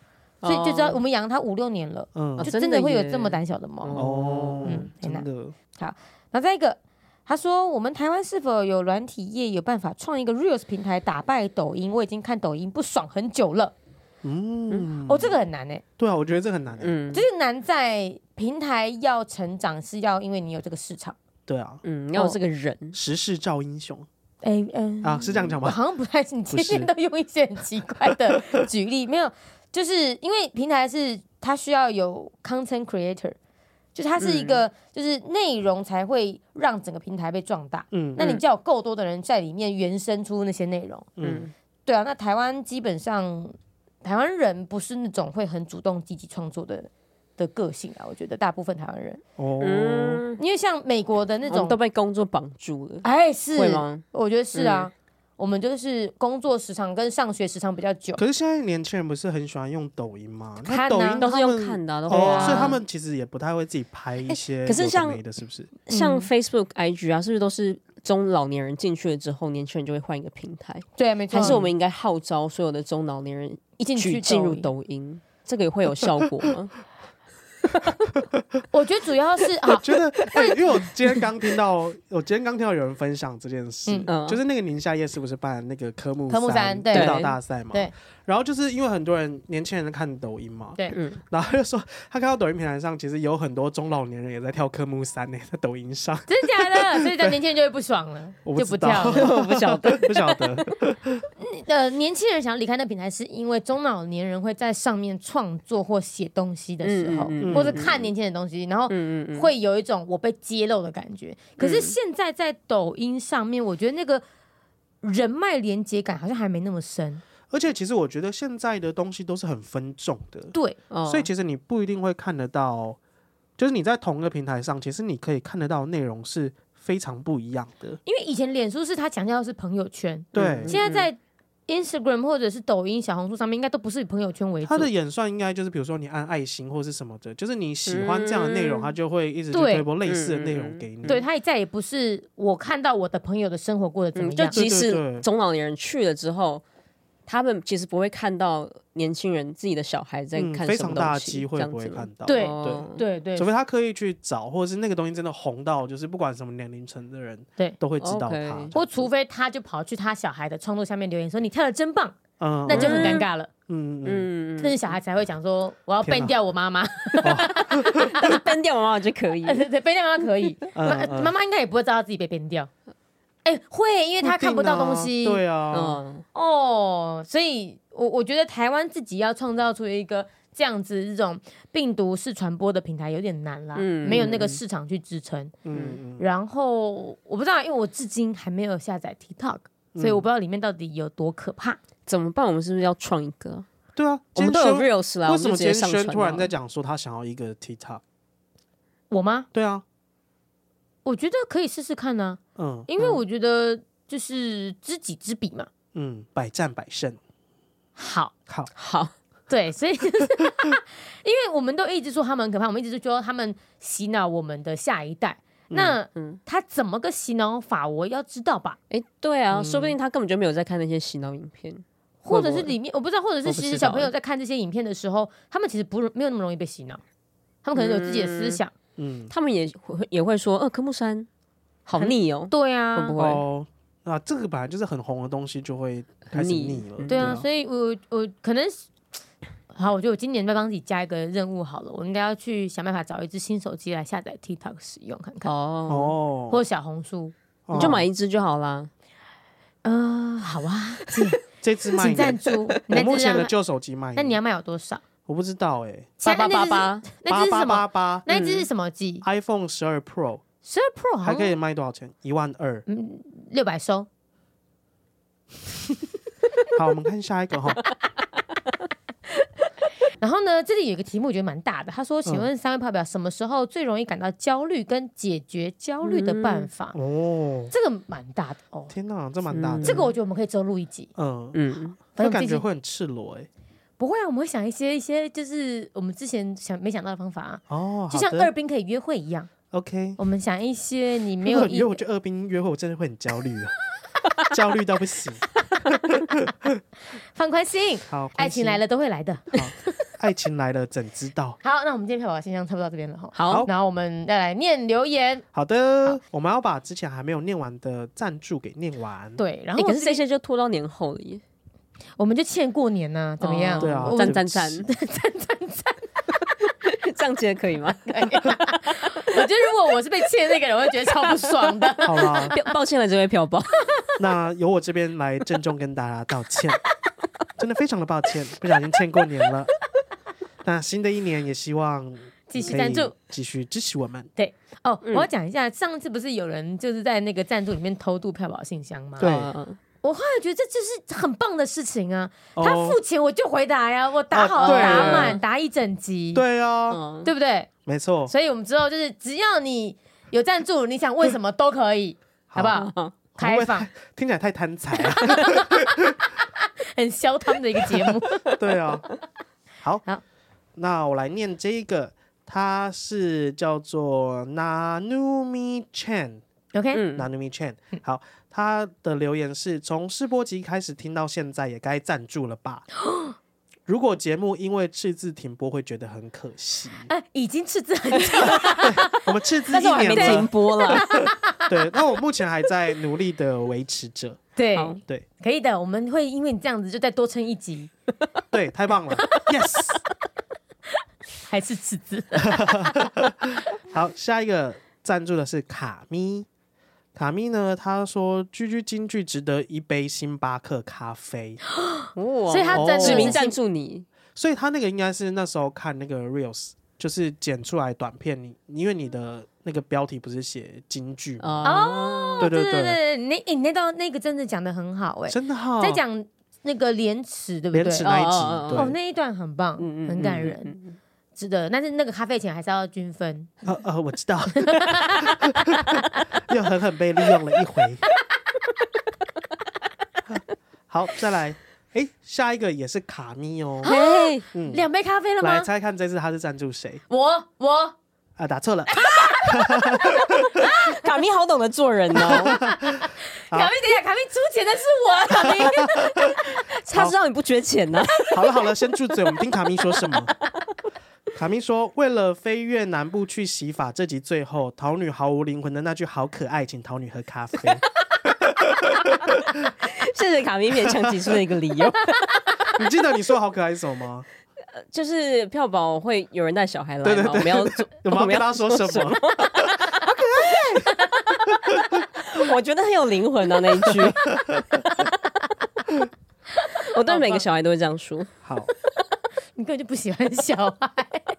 [SPEAKER 3] 所以就知道
[SPEAKER 2] 哦
[SPEAKER 3] 我们养它五六年了，
[SPEAKER 1] 嗯
[SPEAKER 2] 哦
[SPEAKER 3] 就
[SPEAKER 2] 真
[SPEAKER 3] 真
[SPEAKER 2] 的
[SPEAKER 3] 的会有
[SPEAKER 2] 耶
[SPEAKER 3] 这么胆小的猫。
[SPEAKER 1] 哦
[SPEAKER 3] 嗯，
[SPEAKER 1] 真
[SPEAKER 3] 天哪
[SPEAKER 1] 的，
[SPEAKER 3] 然后再一个，他说我们台湾是否有软体业有办法创一个 Reels 平台打败抖音？我已经看抖音不爽很久了。
[SPEAKER 1] 嗯，
[SPEAKER 3] 哦，这个很难哎、
[SPEAKER 1] 对啊，我觉得这很难欸。
[SPEAKER 2] 嗯
[SPEAKER 3] 这个难在平台要成长是要因为你有这个市场。
[SPEAKER 1] 对啊，
[SPEAKER 2] 嗯，你要有这个人，
[SPEAKER 1] 时势造英雄
[SPEAKER 3] 哎嗯，
[SPEAKER 1] 啊，是这样讲
[SPEAKER 3] 我
[SPEAKER 1] 吗？
[SPEAKER 3] 好像不太，你
[SPEAKER 1] 不
[SPEAKER 3] 今天
[SPEAKER 1] 是
[SPEAKER 3] 都用一些很奇怪的举例，没有，就是因为平台是它需要有 content creator，就它是一个、就是内容才会让整个平台被壮大。
[SPEAKER 1] 嗯
[SPEAKER 3] 那你就要有够多的人在里面原生出那些内容。
[SPEAKER 1] 嗯
[SPEAKER 2] 嗯
[SPEAKER 3] 对啊，那台湾基本上台湾人不是那种会很主动积极创作的的个性啊，我觉得大部分台湾人，
[SPEAKER 1] 哦，
[SPEAKER 2] 嗯，
[SPEAKER 3] 因为像美国的那
[SPEAKER 2] 那种
[SPEAKER 3] 种
[SPEAKER 2] 都，被工作绑住了，
[SPEAKER 3] 哎，是
[SPEAKER 2] 会，吗？嗯
[SPEAKER 3] 我觉得是啊。我们就是工作时长跟上学时长比较久，
[SPEAKER 1] 可是现在年轻人不是很喜欢用抖音吗？那
[SPEAKER 3] 看啊
[SPEAKER 1] 抖音
[SPEAKER 2] 都是
[SPEAKER 1] 他
[SPEAKER 2] 用
[SPEAKER 1] 们
[SPEAKER 2] 看的啊，都会
[SPEAKER 1] 哦，
[SPEAKER 2] 啊
[SPEAKER 1] 所以他们其实也不太会自己拍一些有
[SPEAKER 2] 可是
[SPEAKER 1] 的
[SPEAKER 2] 像
[SPEAKER 1] 没的，是不是？
[SPEAKER 2] 像
[SPEAKER 3] 嗯
[SPEAKER 2] Facebook、IG 啊，是不是都是中老年人进去了之后，年轻人就会换一个平台？
[SPEAKER 3] 对，没错。
[SPEAKER 2] 还是我们应该号召所有的中老年人一
[SPEAKER 3] 进
[SPEAKER 2] 举
[SPEAKER 3] 去
[SPEAKER 2] 进入抖
[SPEAKER 3] 抖音
[SPEAKER 2] 音？这个也会有效果吗？
[SPEAKER 3] 我觉得 主要是
[SPEAKER 1] 我
[SPEAKER 3] 啊，
[SPEAKER 1] 觉得，哎因为我今天刚听到，我今天刚听到有人分享这件事
[SPEAKER 3] 嗯，
[SPEAKER 2] 嗯
[SPEAKER 1] 就是那个宁夏夜市不是办那个科目
[SPEAKER 3] 科目
[SPEAKER 1] 三
[SPEAKER 3] 三对
[SPEAKER 1] 舞蹈大赛嘛？
[SPEAKER 3] 对。
[SPEAKER 1] 然后就是因为很多人年轻人在看抖音嘛，
[SPEAKER 3] 对
[SPEAKER 2] 嗯，
[SPEAKER 1] 然后他就说他看到抖音平台上其实有很多中老年人也在跳科目三呢，在抖音上，
[SPEAKER 3] 真假的，所以在年轻人就会不爽 了
[SPEAKER 1] 我，不
[SPEAKER 3] 就
[SPEAKER 1] 知
[SPEAKER 3] 不
[SPEAKER 1] 道
[SPEAKER 3] 跳了。
[SPEAKER 2] 我不晓得。
[SPEAKER 1] 不晓得，
[SPEAKER 3] 呃，年轻人想要离开那平台，是因为中老年人会在上面创作或写东西的时候，
[SPEAKER 2] 嗯
[SPEAKER 1] 嗯嗯
[SPEAKER 3] 或者看年轻人的东西，然后
[SPEAKER 2] 嗯嗯嗯，嗯
[SPEAKER 3] 会有一种我被揭露的感觉。可是现在在抖音上面，我觉得那个人脉连接感好像还没那么深。
[SPEAKER 1] 而且其实我觉得现在的东西都是很分众的，
[SPEAKER 3] 对，
[SPEAKER 2] 哦，
[SPEAKER 1] 所以其实你不一定会看得到，就是你在同一个平台上，其实你可以看得到内容是非常不一样的。
[SPEAKER 3] 因为以前脸书是它强调的是朋友圈，
[SPEAKER 1] 对，
[SPEAKER 2] 嗯
[SPEAKER 3] 现在
[SPEAKER 1] 嗯
[SPEAKER 3] 在 Instagram 或者是抖音、小红书上面，应该都不是以朋友圈为主。
[SPEAKER 1] 它的演算应该就是，比如说你按爱心或是什么的，就是你喜欢这样的内容，
[SPEAKER 2] 嗯
[SPEAKER 1] 它就会一直去
[SPEAKER 3] 对
[SPEAKER 1] 推播类似的内容给你。
[SPEAKER 3] 对，它也再也不是我看到我的朋友的生活过得怎么
[SPEAKER 2] 嗯，就
[SPEAKER 3] 样。
[SPEAKER 2] 即
[SPEAKER 1] 对对对
[SPEAKER 2] 使中老年人去了之后，他们其实不会看到年轻人自己的小孩在
[SPEAKER 1] 嗯，
[SPEAKER 2] 看
[SPEAKER 1] 非
[SPEAKER 2] 什么
[SPEAKER 1] 常
[SPEAKER 2] 东
[SPEAKER 1] 大的
[SPEAKER 2] 西
[SPEAKER 1] 机会
[SPEAKER 2] 这样
[SPEAKER 1] 不会
[SPEAKER 2] 子吗
[SPEAKER 1] 看到。
[SPEAKER 3] 对
[SPEAKER 2] 哦
[SPEAKER 3] 对对
[SPEAKER 1] 除非他刻意去找，或者是那个东西真的红到，就是不管什么年龄层的人，
[SPEAKER 3] 对
[SPEAKER 1] 都会知道
[SPEAKER 2] OK
[SPEAKER 1] 它。
[SPEAKER 3] 或除非他就跑去他小孩的创作下面留言说你跳的真棒，
[SPEAKER 1] 嗯，
[SPEAKER 3] 那就
[SPEAKER 1] 嗯
[SPEAKER 3] 很尴尬了。
[SPEAKER 1] 嗯嗯
[SPEAKER 2] 嗯，
[SPEAKER 3] 那、是小孩才会讲说我要
[SPEAKER 1] 天哪
[SPEAKER 3] 变掉我 妈妈，
[SPEAKER 2] 但是编掉妈妈就 可以
[SPEAKER 3] 对 对，变掉妈妈可以，
[SPEAKER 1] 嗯
[SPEAKER 3] 妈
[SPEAKER 1] 嗯
[SPEAKER 3] 妈妈应该也不会知道自己被变掉。哎、会，因为他看不到东西。
[SPEAKER 1] 哦对啊，
[SPEAKER 2] 嗯，
[SPEAKER 3] 哦，所以我我觉得台湾自己要创造出一个这样子这种病毒式传播的平台有点难啦，
[SPEAKER 2] 嗯
[SPEAKER 3] 没有那个市场去支撑。
[SPEAKER 1] 嗯嗯
[SPEAKER 3] 然后我不知道，因为我至今还没有下载 TikTok，所
[SPEAKER 2] 嗯
[SPEAKER 3] 以我不知道里面到底有多可怕。
[SPEAKER 2] 怎么办？我们是不是要创一个？
[SPEAKER 1] 对啊。
[SPEAKER 2] 我
[SPEAKER 1] 今
[SPEAKER 2] 们都
[SPEAKER 1] 天
[SPEAKER 2] 有
[SPEAKER 1] 轩
[SPEAKER 2] reels 啦，
[SPEAKER 1] 为
[SPEAKER 2] 我
[SPEAKER 1] 什么
[SPEAKER 2] 们就直
[SPEAKER 1] 今天
[SPEAKER 2] 接上
[SPEAKER 1] 轩
[SPEAKER 2] 传。啊
[SPEAKER 1] 突然在？讲说他想要一个 TikTok？
[SPEAKER 3] 我吗？
[SPEAKER 1] 对啊，
[SPEAKER 3] 我觉得可以试试看呢、
[SPEAKER 1] 嗯
[SPEAKER 3] 因为我觉得就是知己知彼嘛。
[SPEAKER 1] 嗯，百战百胜。
[SPEAKER 3] 好，
[SPEAKER 1] 好，
[SPEAKER 2] 好，
[SPEAKER 3] 对，所以就是因为我们都一直说他们很可怕，我们一直说他们洗脑我们的下一代。那、
[SPEAKER 2] 嗯
[SPEAKER 3] 他怎么个洗脑法，我要知道吧？
[SPEAKER 2] 哎，对啊，说
[SPEAKER 1] 嗯
[SPEAKER 2] 不定他根本就没有在看那些洗脑影片。
[SPEAKER 3] 或者
[SPEAKER 2] 会
[SPEAKER 3] 是
[SPEAKER 2] 不会
[SPEAKER 3] 里面我不知道，或者
[SPEAKER 2] 我
[SPEAKER 3] 是
[SPEAKER 2] 不
[SPEAKER 3] 其
[SPEAKER 2] 知道欸
[SPEAKER 3] 实小朋友在看这些影片的时候，他们其实不没有那么容易被洗脑，他们可能有自己的思想。
[SPEAKER 1] 嗯，
[SPEAKER 2] 他们也会也会说，呃，科目三好
[SPEAKER 3] 很
[SPEAKER 2] 腻哦，
[SPEAKER 3] 对啊，
[SPEAKER 2] 会不会？
[SPEAKER 1] 哦，那这个本来就是很红的东西，就会开
[SPEAKER 2] 很
[SPEAKER 1] 始
[SPEAKER 3] 啊
[SPEAKER 2] 腻
[SPEAKER 1] 腻了。啊
[SPEAKER 2] 嗯
[SPEAKER 3] 对啊，所以我我可能是好，我觉得我今年再帮自己加一个任务好了，我应该要去想办法找一只新手机来下载 TikTok 使用看看，
[SPEAKER 2] 哦，
[SPEAKER 1] 哦，
[SPEAKER 3] 或小红书。
[SPEAKER 1] 哦
[SPEAKER 2] 你就买一只就好啦。
[SPEAKER 3] 呃，好啊，姐，
[SPEAKER 1] 这只卖
[SPEAKER 3] 请
[SPEAKER 1] 你，
[SPEAKER 3] 赞助。
[SPEAKER 1] 我
[SPEAKER 3] 那
[SPEAKER 1] 目
[SPEAKER 3] 只
[SPEAKER 1] 前的
[SPEAKER 3] 让，
[SPEAKER 1] 旧手机卖，
[SPEAKER 3] 那你要卖我多少？
[SPEAKER 1] 我不知道哎，
[SPEAKER 2] 八
[SPEAKER 3] 现在
[SPEAKER 2] 八八
[SPEAKER 3] 那
[SPEAKER 2] 八，
[SPEAKER 3] 只是那只是
[SPEAKER 1] 八
[SPEAKER 3] 什
[SPEAKER 1] 八
[SPEAKER 3] 么？
[SPEAKER 1] 八嗯
[SPEAKER 3] 那只是哦什么机？
[SPEAKER 1] iPhone 十二 Pro
[SPEAKER 3] 十二 Pro 好
[SPEAKER 1] 还可
[SPEAKER 3] 像
[SPEAKER 1] 以卖多少钱？一万二。
[SPEAKER 3] 嗯六百收。
[SPEAKER 1] 好，我们看下一 个哈，
[SPEAKER 3] 然后呢，这里有一个题目，我觉得蛮大的。他说：“请
[SPEAKER 1] 嗯
[SPEAKER 3] 问三位发表什么时候最容易感到焦虑，跟解决焦虑的办法？”
[SPEAKER 1] 哦，
[SPEAKER 3] 这个蛮大的哦。
[SPEAKER 1] 天哪，这蛮大的，
[SPEAKER 2] 嗯
[SPEAKER 3] 这个我觉得我们可以之后录一集，
[SPEAKER 1] 嗯，
[SPEAKER 2] 嗯，
[SPEAKER 1] 我
[SPEAKER 3] 反正我们
[SPEAKER 1] 感
[SPEAKER 3] 自己
[SPEAKER 1] 觉会很赤裸哎。
[SPEAKER 3] 不会啊，我们会想一些一些就是我们之前想没想到的方法啊，
[SPEAKER 1] 哦，
[SPEAKER 3] 就
[SPEAKER 1] 好
[SPEAKER 3] 像
[SPEAKER 1] 的
[SPEAKER 3] 二兵可以约会一样，
[SPEAKER 1] OK。
[SPEAKER 3] 我们想一些你没
[SPEAKER 1] 如
[SPEAKER 3] 有
[SPEAKER 1] 果
[SPEAKER 3] 意
[SPEAKER 1] 约我去二兵约会，我真的会很焦虑啊， 焦虑到不行。
[SPEAKER 3] 放宽心，
[SPEAKER 1] 好，
[SPEAKER 3] 爱情来
[SPEAKER 1] 了，
[SPEAKER 3] 了都会来的。
[SPEAKER 1] 爱情来了，怎知道？
[SPEAKER 3] 好，那我们今天票宝信箱差不多到这边了哈。
[SPEAKER 2] 好
[SPEAKER 1] 好，
[SPEAKER 3] 然后我们再来念留言，
[SPEAKER 1] 好的，我们要把之前还没有念完的赞助给念完。
[SPEAKER 3] 对，然
[SPEAKER 2] 哎、
[SPEAKER 3] 后我
[SPEAKER 2] 可
[SPEAKER 3] 们
[SPEAKER 2] 是这些就拖到年后了耶。
[SPEAKER 3] 我们就欠过年呢，怎么样？
[SPEAKER 1] 对啊
[SPEAKER 3] 哦我
[SPEAKER 2] 赞
[SPEAKER 3] 们
[SPEAKER 2] 赞 赞赞赞 赞，这样接可以吗？
[SPEAKER 3] 我觉得如果我是被欠那个人，我会觉得超不爽 的。
[SPEAKER 1] 好啦，
[SPEAKER 2] 抱抱歉了，这位票宝，
[SPEAKER 1] 那由我这边来郑重跟大家道歉， 真的非常的抱歉，不小心欠过年了。 那新的一年也希望
[SPEAKER 3] 继续赞助，
[SPEAKER 1] 继续支持我们。
[SPEAKER 3] 哦，我要讲一下，上次不是有人就是在那个赞助里面偷渡票宝信箱吗？
[SPEAKER 1] 对
[SPEAKER 2] 嗯
[SPEAKER 3] 我后来觉得这就是很棒的事情啊！
[SPEAKER 1] 哦
[SPEAKER 3] 他付钱我就回答呀，我打好、
[SPEAKER 1] 哦对
[SPEAKER 3] 打满答一整集，
[SPEAKER 1] 对啊，
[SPEAKER 2] 嗯，
[SPEAKER 3] 对不对？
[SPEAKER 1] 没错，
[SPEAKER 3] 所以我们之后就是只要你有赞助，你想问什么都可以，好不好？
[SPEAKER 2] 好，
[SPEAKER 1] 会不
[SPEAKER 3] 开
[SPEAKER 1] 会
[SPEAKER 3] 放
[SPEAKER 1] 太听起来太贪财了。
[SPEAKER 3] 很消汤的一个节 目。
[SPEAKER 1] 对啊，好，
[SPEAKER 3] 好
[SPEAKER 1] 那我来念这一个，它是叫做 Nanumi Chen。
[SPEAKER 3] OK，、
[SPEAKER 2] 嗯，
[SPEAKER 1] Nanumi Chen，好，他的留言是从试播集开始听到现在，也该赞助了 吧？如果节目因为赤字停播，会觉得很可惜。
[SPEAKER 3] 哎、已经斥资很久，
[SPEAKER 1] 我们赤字
[SPEAKER 2] 但是
[SPEAKER 1] 一
[SPEAKER 2] 我还没
[SPEAKER 1] 年
[SPEAKER 2] 停
[SPEAKER 1] 了，
[SPEAKER 2] 播 了。
[SPEAKER 1] 对，那我目前还在努力的维持着。
[SPEAKER 3] 对，
[SPEAKER 2] 好
[SPEAKER 1] 对，
[SPEAKER 3] 可以的。我们会因为你这样子就再多撑一集，
[SPEAKER 1] 对，太棒 了，yes。
[SPEAKER 3] 还是斥资？
[SPEAKER 1] 好，下一个赞助的是卡咪。卡咪呢？他说句句金句值得一杯星巴克咖啡，
[SPEAKER 2] 哇
[SPEAKER 3] 所以他赞助
[SPEAKER 2] 指
[SPEAKER 3] 的
[SPEAKER 2] 名
[SPEAKER 3] 是
[SPEAKER 2] 赞助你，
[SPEAKER 1] 所以他那个应该是那时候看那个 reels，就是剪出来短片，你因为你的那个标题不是写金句吗？
[SPEAKER 2] 哦，
[SPEAKER 1] 对
[SPEAKER 3] 对
[SPEAKER 1] 对
[SPEAKER 3] 对，对，你诶你那道那个真的讲的很好哎、
[SPEAKER 1] 真的哈、
[SPEAKER 3] 在讲那个廉耻，对不对？
[SPEAKER 1] 廉耻那一集，
[SPEAKER 2] 哦哦
[SPEAKER 1] 对，
[SPEAKER 3] 哦，那一段很棒，
[SPEAKER 2] 嗯嗯
[SPEAKER 3] 很感人，值得。但是那个咖啡钱还是要均分。
[SPEAKER 1] 呃呃，我知道， 又狠狠被利用了一回。 好，再来，哎，下一个也是卡咪哦，
[SPEAKER 2] 嘿，
[SPEAKER 1] 嗯，
[SPEAKER 3] 两杯咖啡了
[SPEAKER 1] 来
[SPEAKER 3] 吗？
[SPEAKER 1] 猜看这次他是赞助谁？
[SPEAKER 3] 我我
[SPEAKER 1] 啊，打错了，
[SPEAKER 2] 卡咪好懂得做人 哦，
[SPEAKER 1] 好
[SPEAKER 3] 卡米，等一下，卡米出钱的是我，卡米。
[SPEAKER 2] 他知道你不缺钱呐，
[SPEAKER 1] 好了好了，先住嘴，我们听卡咪说什么。卡咪说：“为了飞越南部去洗发，这集最后桃女毫无灵魂的那句‘好可爱’，请桃女喝咖啡。
[SPEAKER 2] 谢谢卡咪勉强挤出了一个理 由，
[SPEAKER 1] 你记得你说‘好可爱’是什么吗？
[SPEAKER 2] 就是票宝会有人带小孩来
[SPEAKER 1] 对对
[SPEAKER 2] 嘛，
[SPEAKER 1] 对
[SPEAKER 2] 我们要做，
[SPEAKER 1] 我们要跟他说什么？
[SPEAKER 2] 我觉得很有灵魂啊那一句。我对每个小孩都会这样说，
[SPEAKER 1] 好，
[SPEAKER 3] 你根本就不喜欢小孩。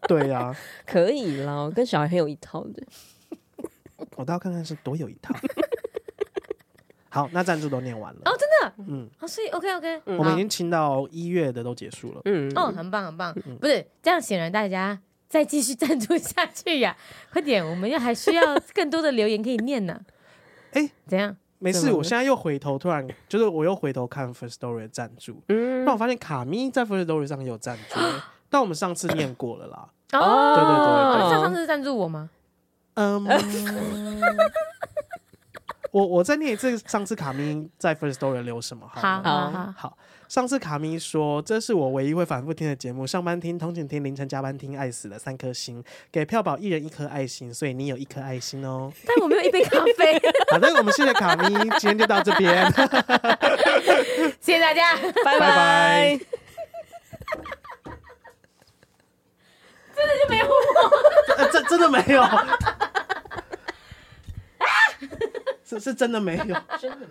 [SPEAKER 1] 对呀、
[SPEAKER 2] 可以啦，我跟小孩很有一套的。
[SPEAKER 1] 我倒要看看是多有一套。 好，那赞助都念完了，
[SPEAKER 3] 哦，真的，
[SPEAKER 1] 嗯，
[SPEAKER 3] 哦，所以 OK OK，
[SPEAKER 1] 我们已经清到一月的都结束了。
[SPEAKER 2] 嗯，
[SPEAKER 3] 哦，很棒很棒。不是这样，显然大家再继续 赞助下去呀，快点，我们要还需要更多的留言可以 念呢。
[SPEAKER 1] 哎，
[SPEAKER 3] 怎样？
[SPEAKER 1] 没
[SPEAKER 2] 怎
[SPEAKER 1] 事，
[SPEAKER 2] 么了
[SPEAKER 1] 我现在又回头，突然就是我又回头看 First Story 的赞助，
[SPEAKER 2] 嗯
[SPEAKER 1] 那我发现卡咪在 First Story 上也有赞助，但我们上次念过了啦。
[SPEAKER 3] 哦，
[SPEAKER 1] 对对对
[SPEAKER 3] 上
[SPEAKER 1] 对
[SPEAKER 3] 上次是赞助我吗？
[SPEAKER 1] 嗯， 我我再念一次上次卡咪在 First Story 留什么好
[SPEAKER 3] 好
[SPEAKER 1] 吗？
[SPEAKER 3] 好好，
[SPEAKER 1] 好，上次卡咪说这是我唯一会反复听的节目，上班听、通勤听、凌晨加班听，爱死了，三颗星，给票宝一人一颗爱心，所以你有一颗爱心哦。
[SPEAKER 3] 但我没有一杯咖啡，
[SPEAKER 1] 好的，我们谢谢卡咪，今天就到这边，
[SPEAKER 3] 谢谢大家。
[SPEAKER 2] 拜
[SPEAKER 1] 拜拜。真的没 有，是是真的没有，
[SPEAKER 2] 真的